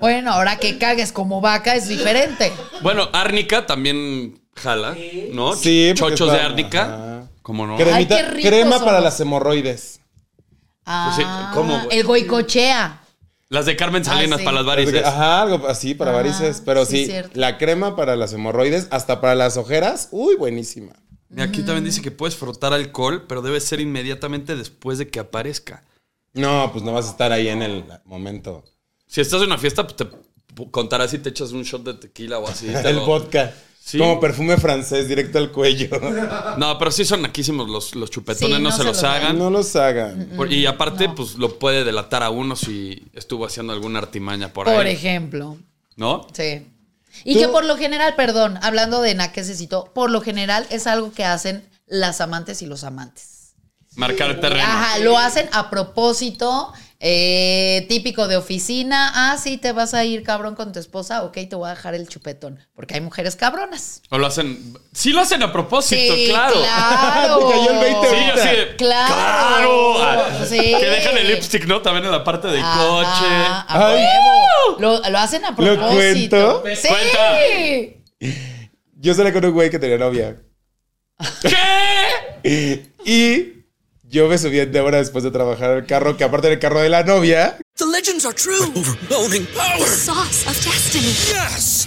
[SPEAKER 4] Bueno, ahora que cagues como vaca es diferente.
[SPEAKER 1] Bueno, árnica también jala, ¿no?
[SPEAKER 3] Sí, porque
[SPEAKER 1] Chochos de
[SPEAKER 3] está-
[SPEAKER 1] árnica.
[SPEAKER 3] ajá.
[SPEAKER 1] ¿Cómo no?
[SPEAKER 3] Cremita-
[SPEAKER 4] Ay, qué ricos
[SPEAKER 3] crema
[SPEAKER 4] son.
[SPEAKER 3] para las hemorroides.
[SPEAKER 4] Ah,
[SPEAKER 1] Pues sí, ¿cómo, güey?
[SPEAKER 4] el goicochea.
[SPEAKER 1] Las de Carmen Salinas
[SPEAKER 4] Ah, sí.
[SPEAKER 1] para las varices.
[SPEAKER 3] Ajá, algo así para
[SPEAKER 4] Ah,
[SPEAKER 3] varices. Pero
[SPEAKER 4] sí,
[SPEAKER 3] sí,
[SPEAKER 4] cierto.
[SPEAKER 3] la crema para las hemorroides, hasta para las ojeras. Uy, buenísima.
[SPEAKER 1] Y aquí también dice que puedes frotar alcohol, pero debe ser inmediatamente después de que aparezca.
[SPEAKER 3] No, pues no vas a estar ahí en el momento.
[SPEAKER 1] Si estás en una fiesta, pues te p- contarás si te echas un shot de tequila o así. te
[SPEAKER 3] el
[SPEAKER 1] lo-
[SPEAKER 3] vodka.
[SPEAKER 1] Sí.
[SPEAKER 3] Como perfume francés, directo al cuello.
[SPEAKER 1] No, pero sí son naquísimos los, los chupetones,
[SPEAKER 4] Sí,
[SPEAKER 1] no, se, los hagan.
[SPEAKER 3] no los hagan.
[SPEAKER 1] Por- y aparte, pues lo puede delatar a uno si estuvo haciendo alguna artimaña por,
[SPEAKER 4] Por
[SPEAKER 1] ahí.
[SPEAKER 4] ejemplo.
[SPEAKER 1] ¿No?
[SPEAKER 4] Sí. Y
[SPEAKER 3] Tú-
[SPEAKER 4] que por lo general, perdón, hablando de naquececito, por lo general es algo que hacen las amantes y los amantes.
[SPEAKER 1] Marcar terreno.
[SPEAKER 4] Ajá, lo hacen a propósito, eh, típico de oficina. Ah, sí, te vas a ir cabrón con tu esposa, ok, te voy a dejar el chupetón. Porque hay mujeres cabronas.
[SPEAKER 1] O lo hacen. Sí, lo hacen a propósito,
[SPEAKER 4] Sí,
[SPEAKER 1] claro.
[SPEAKER 4] claro.
[SPEAKER 3] Te cayó el 20
[SPEAKER 1] Sí,
[SPEAKER 3] ahorita.
[SPEAKER 1] así de,
[SPEAKER 4] Claro.
[SPEAKER 1] ¡Claro! Ah,
[SPEAKER 4] Sí.
[SPEAKER 1] Que dejan el lipstick, ¿no? También en la parte del
[SPEAKER 4] Ajá,
[SPEAKER 1] coche.
[SPEAKER 4] a
[SPEAKER 3] Ay.
[SPEAKER 4] huevo. Lo, lo hacen a propósito.
[SPEAKER 3] cuento?
[SPEAKER 4] Sí.
[SPEAKER 1] Cuenta.
[SPEAKER 3] Yo salí con un güey que tenía novia.
[SPEAKER 1] ¿Qué?
[SPEAKER 3] Y yo me subí en Débora después de trabajar al carro, que aparte era el carro de la novia.
[SPEAKER 8] The legends are true.
[SPEAKER 6] Overwhelming
[SPEAKER 8] The
[SPEAKER 6] power!
[SPEAKER 8] sauce of destiny.
[SPEAKER 6] Yes!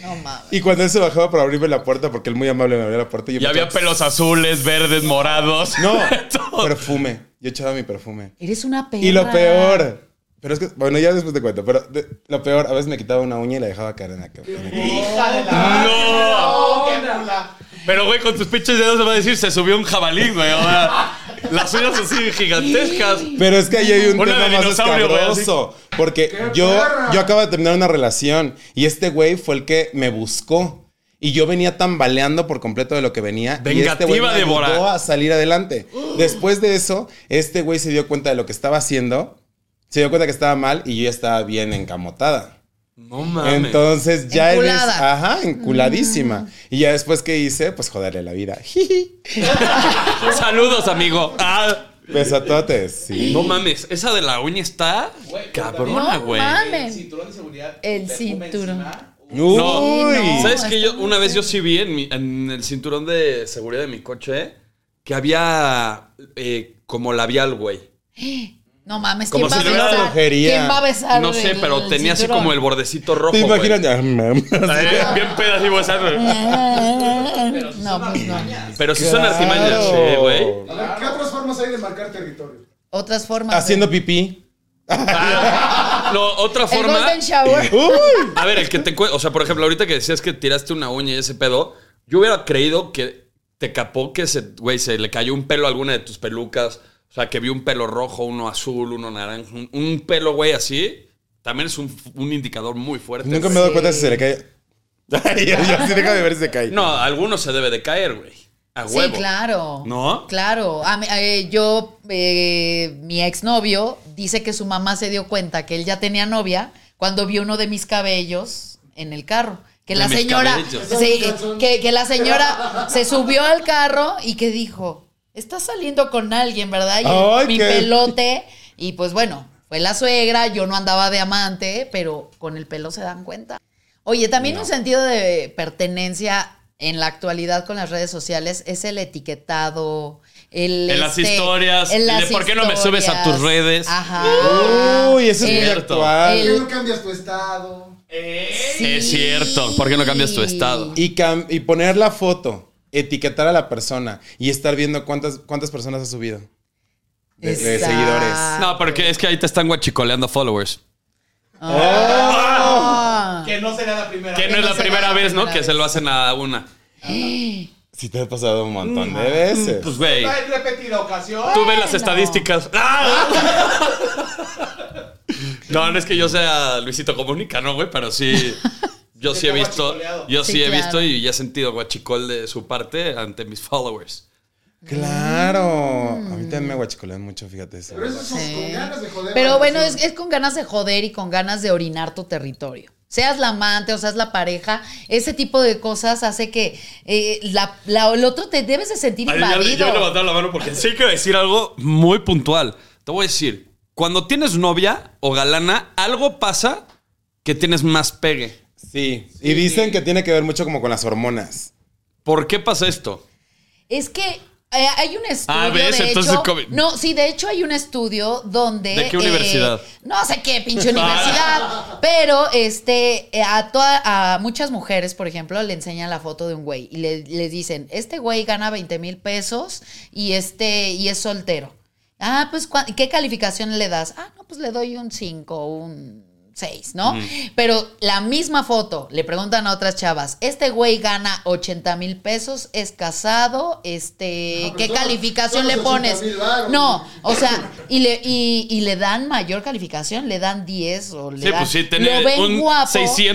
[SPEAKER 4] No mames.
[SPEAKER 3] Y cuando él se bajaba para abrirme la puerta, porque él muy amable me abrió la puerta. Yo
[SPEAKER 1] Y
[SPEAKER 3] me
[SPEAKER 1] había
[SPEAKER 3] echaba-
[SPEAKER 1] pelos azules, verdes, morados.
[SPEAKER 3] No, perfume. Yo echaba mi perfume.
[SPEAKER 4] Eres una perra.
[SPEAKER 3] Y lo peor. Pero es que, bueno, ya después te cuento. Pero de- lo peor, a veces me quitaba una uña y la dejaba caer en la cara.
[SPEAKER 7] Hija de la
[SPEAKER 1] ¡No!
[SPEAKER 7] Oh,
[SPEAKER 2] Oh,
[SPEAKER 7] ¡Qué mula!
[SPEAKER 1] Pero, güey, con tus pinches dedos se va a decir, se subió un jabalí, güey. o sea, las uñas así gigantescas.
[SPEAKER 3] Pero es que ahí hay un
[SPEAKER 1] Una
[SPEAKER 3] tema
[SPEAKER 1] de
[SPEAKER 3] más
[SPEAKER 1] dinosaurio, güey, así.
[SPEAKER 3] escabroso. Porque yo,
[SPEAKER 2] perra!
[SPEAKER 3] yo acabo de terminar una relación y este güey fue el que me buscó. Y yo venía tambaleando por completo de lo que venía. y este güey
[SPEAKER 1] Vengativa,
[SPEAKER 3] me
[SPEAKER 1] Débora.
[SPEAKER 3] ayudó a salir adelante. Después de eso, este güey se dio cuenta de lo que estaba haciendo. Se dio cuenta que estaba mal y yo ya estaba bien encamotada.
[SPEAKER 1] No mames.
[SPEAKER 3] Entonces ya eres-
[SPEAKER 4] Enculada.
[SPEAKER 3] ajá, enculadísima. Y ya después que hice, pues joderle la vida. Jiji.
[SPEAKER 1] Saludos, amigo. Ah,
[SPEAKER 3] Besatotes. Sí.
[SPEAKER 1] no mames, esa de la uña está cabrona,
[SPEAKER 4] No
[SPEAKER 1] güey.
[SPEAKER 7] El
[SPEAKER 4] mames.
[SPEAKER 7] cinturón de seguridad.
[SPEAKER 4] El
[SPEAKER 7] perfume
[SPEAKER 4] cinturón.
[SPEAKER 7] encima.
[SPEAKER 3] Uy.
[SPEAKER 1] No.
[SPEAKER 4] Sí, no.
[SPEAKER 1] ¿Sabes
[SPEAKER 4] está
[SPEAKER 1] que yo
[SPEAKER 4] muy
[SPEAKER 1] una vez
[SPEAKER 4] feo.
[SPEAKER 1] yo sí vi en, mi- en el cinturón de seguridad de mi coche que había eh, como labial, güey.
[SPEAKER 4] No mames,
[SPEAKER 1] Como
[SPEAKER 4] ¿quién va a
[SPEAKER 1] si fuera
[SPEAKER 4] besar?
[SPEAKER 3] brujería.
[SPEAKER 4] ¿Quién va a besar?
[SPEAKER 1] No sé,
[SPEAKER 4] el
[SPEAKER 1] pero tenía así
[SPEAKER 4] cinturón?
[SPEAKER 1] como el bordecito rojo.
[SPEAKER 3] ¿Te
[SPEAKER 1] güey.
[SPEAKER 3] imaginas? Ah, mam.
[SPEAKER 1] Ay, Bien, bien pedas y besando.
[SPEAKER 4] No, pues no.
[SPEAKER 1] Pero si son artimañas,
[SPEAKER 3] Claro.
[SPEAKER 1] sí, güey.
[SPEAKER 2] A ver, ¿qué otras formas hay de marcar territorio?
[SPEAKER 4] Otras formas. de-
[SPEAKER 3] Haciendo pipí.
[SPEAKER 1] No, otra
[SPEAKER 4] el
[SPEAKER 1] forma.
[SPEAKER 4] Golden Shower.
[SPEAKER 3] Uy.
[SPEAKER 1] A ver, el que te encuentra. O sea, por ejemplo, ahorita que decías que tiraste una uña y ese pedo, yo hubiera creído que te capó que se, güey, se le cayó un pelo a alguna de tus pelucas. O sea, que vi un pelo rojo, uno azul, uno naranja, un, un pelo, güey, así. También es un, un indicador muy fuerte.
[SPEAKER 3] Nunca me he
[SPEAKER 1] güey.
[SPEAKER 3] dado cuenta si se le cae. Ay, yo, sí, deja de ver si se cae.
[SPEAKER 1] No, alguno se debe de caer, güey. A
[SPEAKER 4] Sí,
[SPEAKER 1] huevo.
[SPEAKER 4] claro.
[SPEAKER 1] ¿No?
[SPEAKER 4] Claro. A mí- eh, yo, eh, mi exnovio dice que su mamá se dio cuenta que él ya tenía novia cuando vio uno de mis cabellos en el carro. Que
[SPEAKER 1] De
[SPEAKER 4] la
[SPEAKER 1] mis
[SPEAKER 4] señora.
[SPEAKER 1] cabellos.
[SPEAKER 4] Sí, que, que la señora se subió al carro y que dijo: Estás saliendo con alguien, ¿verdad? Y el-
[SPEAKER 3] Ay,
[SPEAKER 4] mi
[SPEAKER 3] qué-
[SPEAKER 4] pelote. Y pues bueno, fue la suegra, yo no andaba de amante, pero con el pelo se dan cuenta. Oye, también un sentido de pertenencia en la actualidad con las redes sociales es el etiquetado, el... este,
[SPEAKER 1] En las historias, el de por qué no me subes a tus redes.
[SPEAKER 4] Ajá.
[SPEAKER 3] Uy, eso es muy
[SPEAKER 1] Cierto.
[SPEAKER 3] actual.
[SPEAKER 4] El-
[SPEAKER 2] ¿Por qué no cambias tu estado?
[SPEAKER 1] Es cierto. ¿Por qué no cambias tu estado?
[SPEAKER 3] Y, cam- y poner la foto, etiquetar a la persona y estar viendo cuántas, cuántas personas ha subido. De, de
[SPEAKER 4] Exacto.
[SPEAKER 3] seguidores.
[SPEAKER 1] No, porque es que ahí te están guachicoleando followers.
[SPEAKER 4] Ah.
[SPEAKER 7] Que no será la primera.
[SPEAKER 1] Que no
[SPEAKER 4] no
[SPEAKER 1] es la
[SPEAKER 4] será
[SPEAKER 1] primera
[SPEAKER 4] la
[SPEAKER 1] vez, ¿no?
[SPEAKER 4] primera
[SPEAKER 1] Que
[SPEAKER 4] vez.
[SPEAKER 1] se lo hacen a una.
[SPEAKER 3] Sí te ha pasado un montón de veces.
[SPEAKER 1] Pues, güey.
[SPEAKER 7] No hay repetida ocasión.
[SPEAKER 1] Tú ves las
[SPEAKER 4] Bueno.
[SPEAKER 1] estadísticas. ¡Ah! No, no es que yo sea Luisito Comunica, ¿no, güey? Pero sí. Yo sí he
[SPEAKER 7] está
[SPEAKER 1] visto.
[SPEAKER 7] guachicoleado.
[SPEAKER 1] Yo sí,
[SPEAKER 4] Sí,
[SPEAKER 1] he
[SPEAKER 4] claro.
[SPEAKER 1] visto y ya he sentido guachicol de su parte ante mis followers.
[SPEAKER 3] claro. A mí también me guachicolean mucho, fíjate eso.
[SPEAKER 2] Pero eso es con- con ganas de joder.
[SPEAKER 4] Pero
[SPEAKER 2] la
[SPEAKER 4] bueno, es,
[SPEAKER 2] relación.
[SPEAKER 4] es con ganas de joder y con ganas de orinar tu territorio. Seas la amante o seas la pareja, ese tipo de cosas hace que eh, la, la- el otro te debes de sentir
[SPEAKER 1] Ay, yo, yo he
[SPEAKER 4] invadido.
[SPEAKER 1] levantado la mano porque sí quiero decir algo muy puntual. Te voy a decir, cuando tienes novia o galana, algo pasa que tienes más pegue.
[SPEAKER 3] Sí. Y dicen que tiene que ver mucho como con las hormonas.
[SPEAKER 1] ¿Por qué pasa esto?
[SPEAKER 4] Es que eh, hay un estudio.
[SPEAKER 1] Ah, ¿ves?
[SPEAKER 4] De
[SPEAKER 1] Entonces,
[SPEAKER 4] hecho,
[SPEAKER 1] ¿cómo?
[SPEAKER 4] no, sí, de hecho hay un estudio donde. eh,
[SPEAKER 1] ¿De qué universidad?
[SPEAKER 4] No sé qué pinche universidad. pero este, eh, a, toda- a muchas mujeres, por ejemplo, le enseñan la foto de un güey y le- les dicen: Este güey gana 20 mil pesos y, este, y es soltero. Ah, pues, ¿cuá- ¿qué calificación le das? Ah, no, pues le doy un 5, un. 6, ¿no? Pero la misma foto, le preguntan a otras chavas, este güey gana 80 mil pesos, es casado, este,
[SPEAKER 2] Ah, pero
[SPEAKER 4] ¿qué
[SPEAKER 2] son-
[SPEAKER 4] calificación
[SPEAKER 2] son
[SPEAKER 4] le
[SPEAKER 2] los
[SPEAKER 4] pones?
[SPEAKER 2] 80,000 varos.
[SPEAKER 4] No, o sea, y le, y, y le dan mayor calificación, le dan 10 o le
[SPEAKER 1] Sí,
[SPEAKER 4] dan...
[SPEAKER 1] pues sí,
[SPEAKER 4] lo
[SPEAKER 1] tener
[SPEAKER 4] ven
[SPEAKER 1] un
[SPEAKER 4] guapo.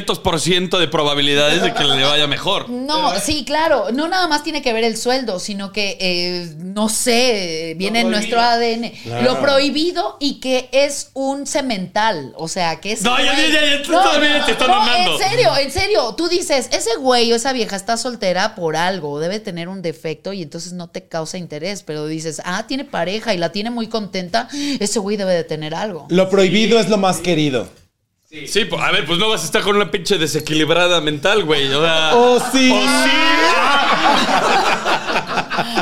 [SPEAKER 1] 600% de probabilidades de que le vaya mejor.
[SPEAKER 4] No, sí, claro, no nada más tiene que ver el sueldo, sino que, eh, no sé, viene en nuestro ADN. Lo prohibido y que es un cemental, o sea, que es...
[SPEAKER 1] No, ya, ya, ya, ya, tú todavía te estás mamando.
[SPEAKER 4] En serio, en serio, tú dices, ese güey o esa vieja está soltera por algo, debe tener un defecto y entonces no te causa interés, pero dices, ah, tiene pareja y la tiene muy contenta, ese güey debe de tener algo.
[SPEAKER 3] Lo prohibido es lo más querido.
[SPEAKER 1] Sí, pues, a ver, pues no vas a estar con una pinche desequilibrada mental, güey. O sea,
[SPEAKER 3] Oh, sí.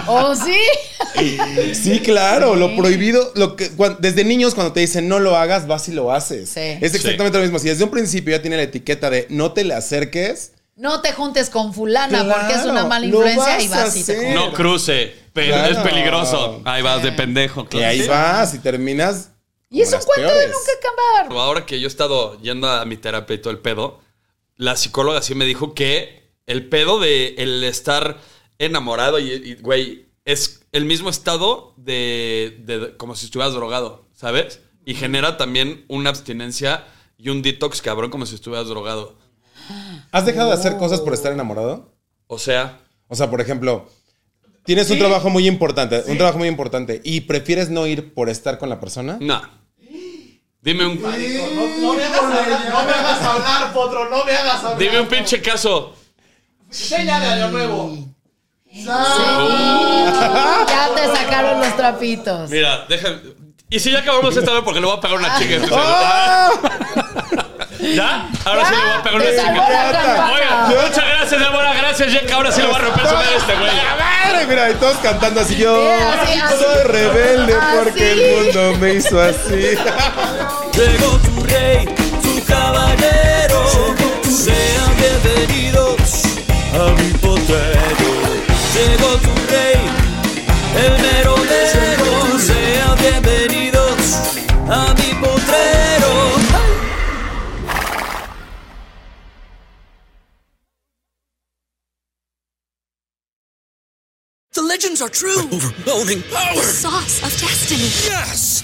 [SPEAKER 1] ¡Oh, sí!
[SPEAKER 4] ¿O sí?
[SPEAKER 3] Sí, claro, lo prohibido, lo que cuan- desde niños cuando te dicen no lo hagas, vas y lo haces.
[SPEAKER 4] Sí.
[SPEAKER 3] Es exactamente lo mismo. Si desde un principio ya tiene la etiqueta de no te le acerques,
[SPEAKER 4] No te juntes con fulana
[SPEAKER 3] Claro,
[SPEAKER 4] porque es una mala
[SPEAKER 3] lo
[SPEAKER 4] influencia
[SPEAKER 3] vas
[SPEAKER 4] y vas
[SPEAKER 3] a
[SPEAKER 4] y te
[SPEAKER 3] hacer.
[SPEAKER 4] juntas.
[SPEAKER 1] No cruce, pero
[SPEAKER 3] Claro.
[SPEAKER 1] es peligroso. Ahí vas de pendejo.
[SPEAKER 3] que ahí vas y terminas.
[SPEAKER 4] Y es
[SPEAKER 3] como las
[SPEAKER 4] un cuento de
[SPEAKER 3] peores.
[SPEAKER 4] nunca acabar.
[SPEAKER 1] Ahora que yo he estado yendo a mi terapia y todo el pedo, la psicóloga sí me dijo que el pedo de el estar enamorado y, y, güey, es el mismo estado de, de- como si estuvieras drogado, ¿sabes? Y genera también una abstinencia y un detox cabrón como si estuvieras drogado.
[SPEAKER 3] ¿Has dejado de hacer cosas
[SPEAKER 4] Oh.
[SPEAKER 3] por estar enamorado?
[SPEAKER 1] O sea,
[SPEAKER 3] O sea, por ejemplo, tienes un trabajo muy importante, un trabajo muy importante y prefieres no ir por estar con la persona.
[SPEAKER 1] no. Dime un,
[SPEAKER 7] No, no me hagas hablar, no me hagas hablar, potro, no me hagas hablar.
[SPEAKER 1] dime un pinche caso.
[SPEAKER 7] Seña de año nuevo.
[SPEAKER 4] Ya te sacaron los trapitos.
[SPEAKER 1] Mira, deja. Y si ya acabamos esta vez porque le voy a pagar una chica.
[SPEAKER 3] ¡Ah!
[SPEAKER 9] ¿Ya? Ahora sí le voy a pegar una
[SPEAKER 5] te salvó
[SPEAKER 9] chingada.
[SPEAKER 5] la campana.
[SPEAKER 9] Oiga, muchas gracias, Débora. Gracias, Jack. Ahora sí le voy a romper su madre a este güey.
[SPEAKER 3] ¡A la madre! Mira, y todos cantando así. Yo
[SPEAKER 4] Yeah, así, Ah, así.
[SPEAKER 3] soy rebelde
[SPEAKER 4] Así.
[SPEAKER 3] porque el mundo me hizo así.
[SPEAKER 6] Llegó tu rey, tu caballero. Sean bienvenidos a mi potrero. Llegó tu rey, el merodero. Sean bienvenidos a mi potrero.
[SPEAKER 8] The legends are true.
[SPEAKER 6] Overwhelming
[SPEAKER 8] The
[SPEAKER 6] power!
[SPEAKER 8] sauce of destiny.
[SPEAKER 6] Yes!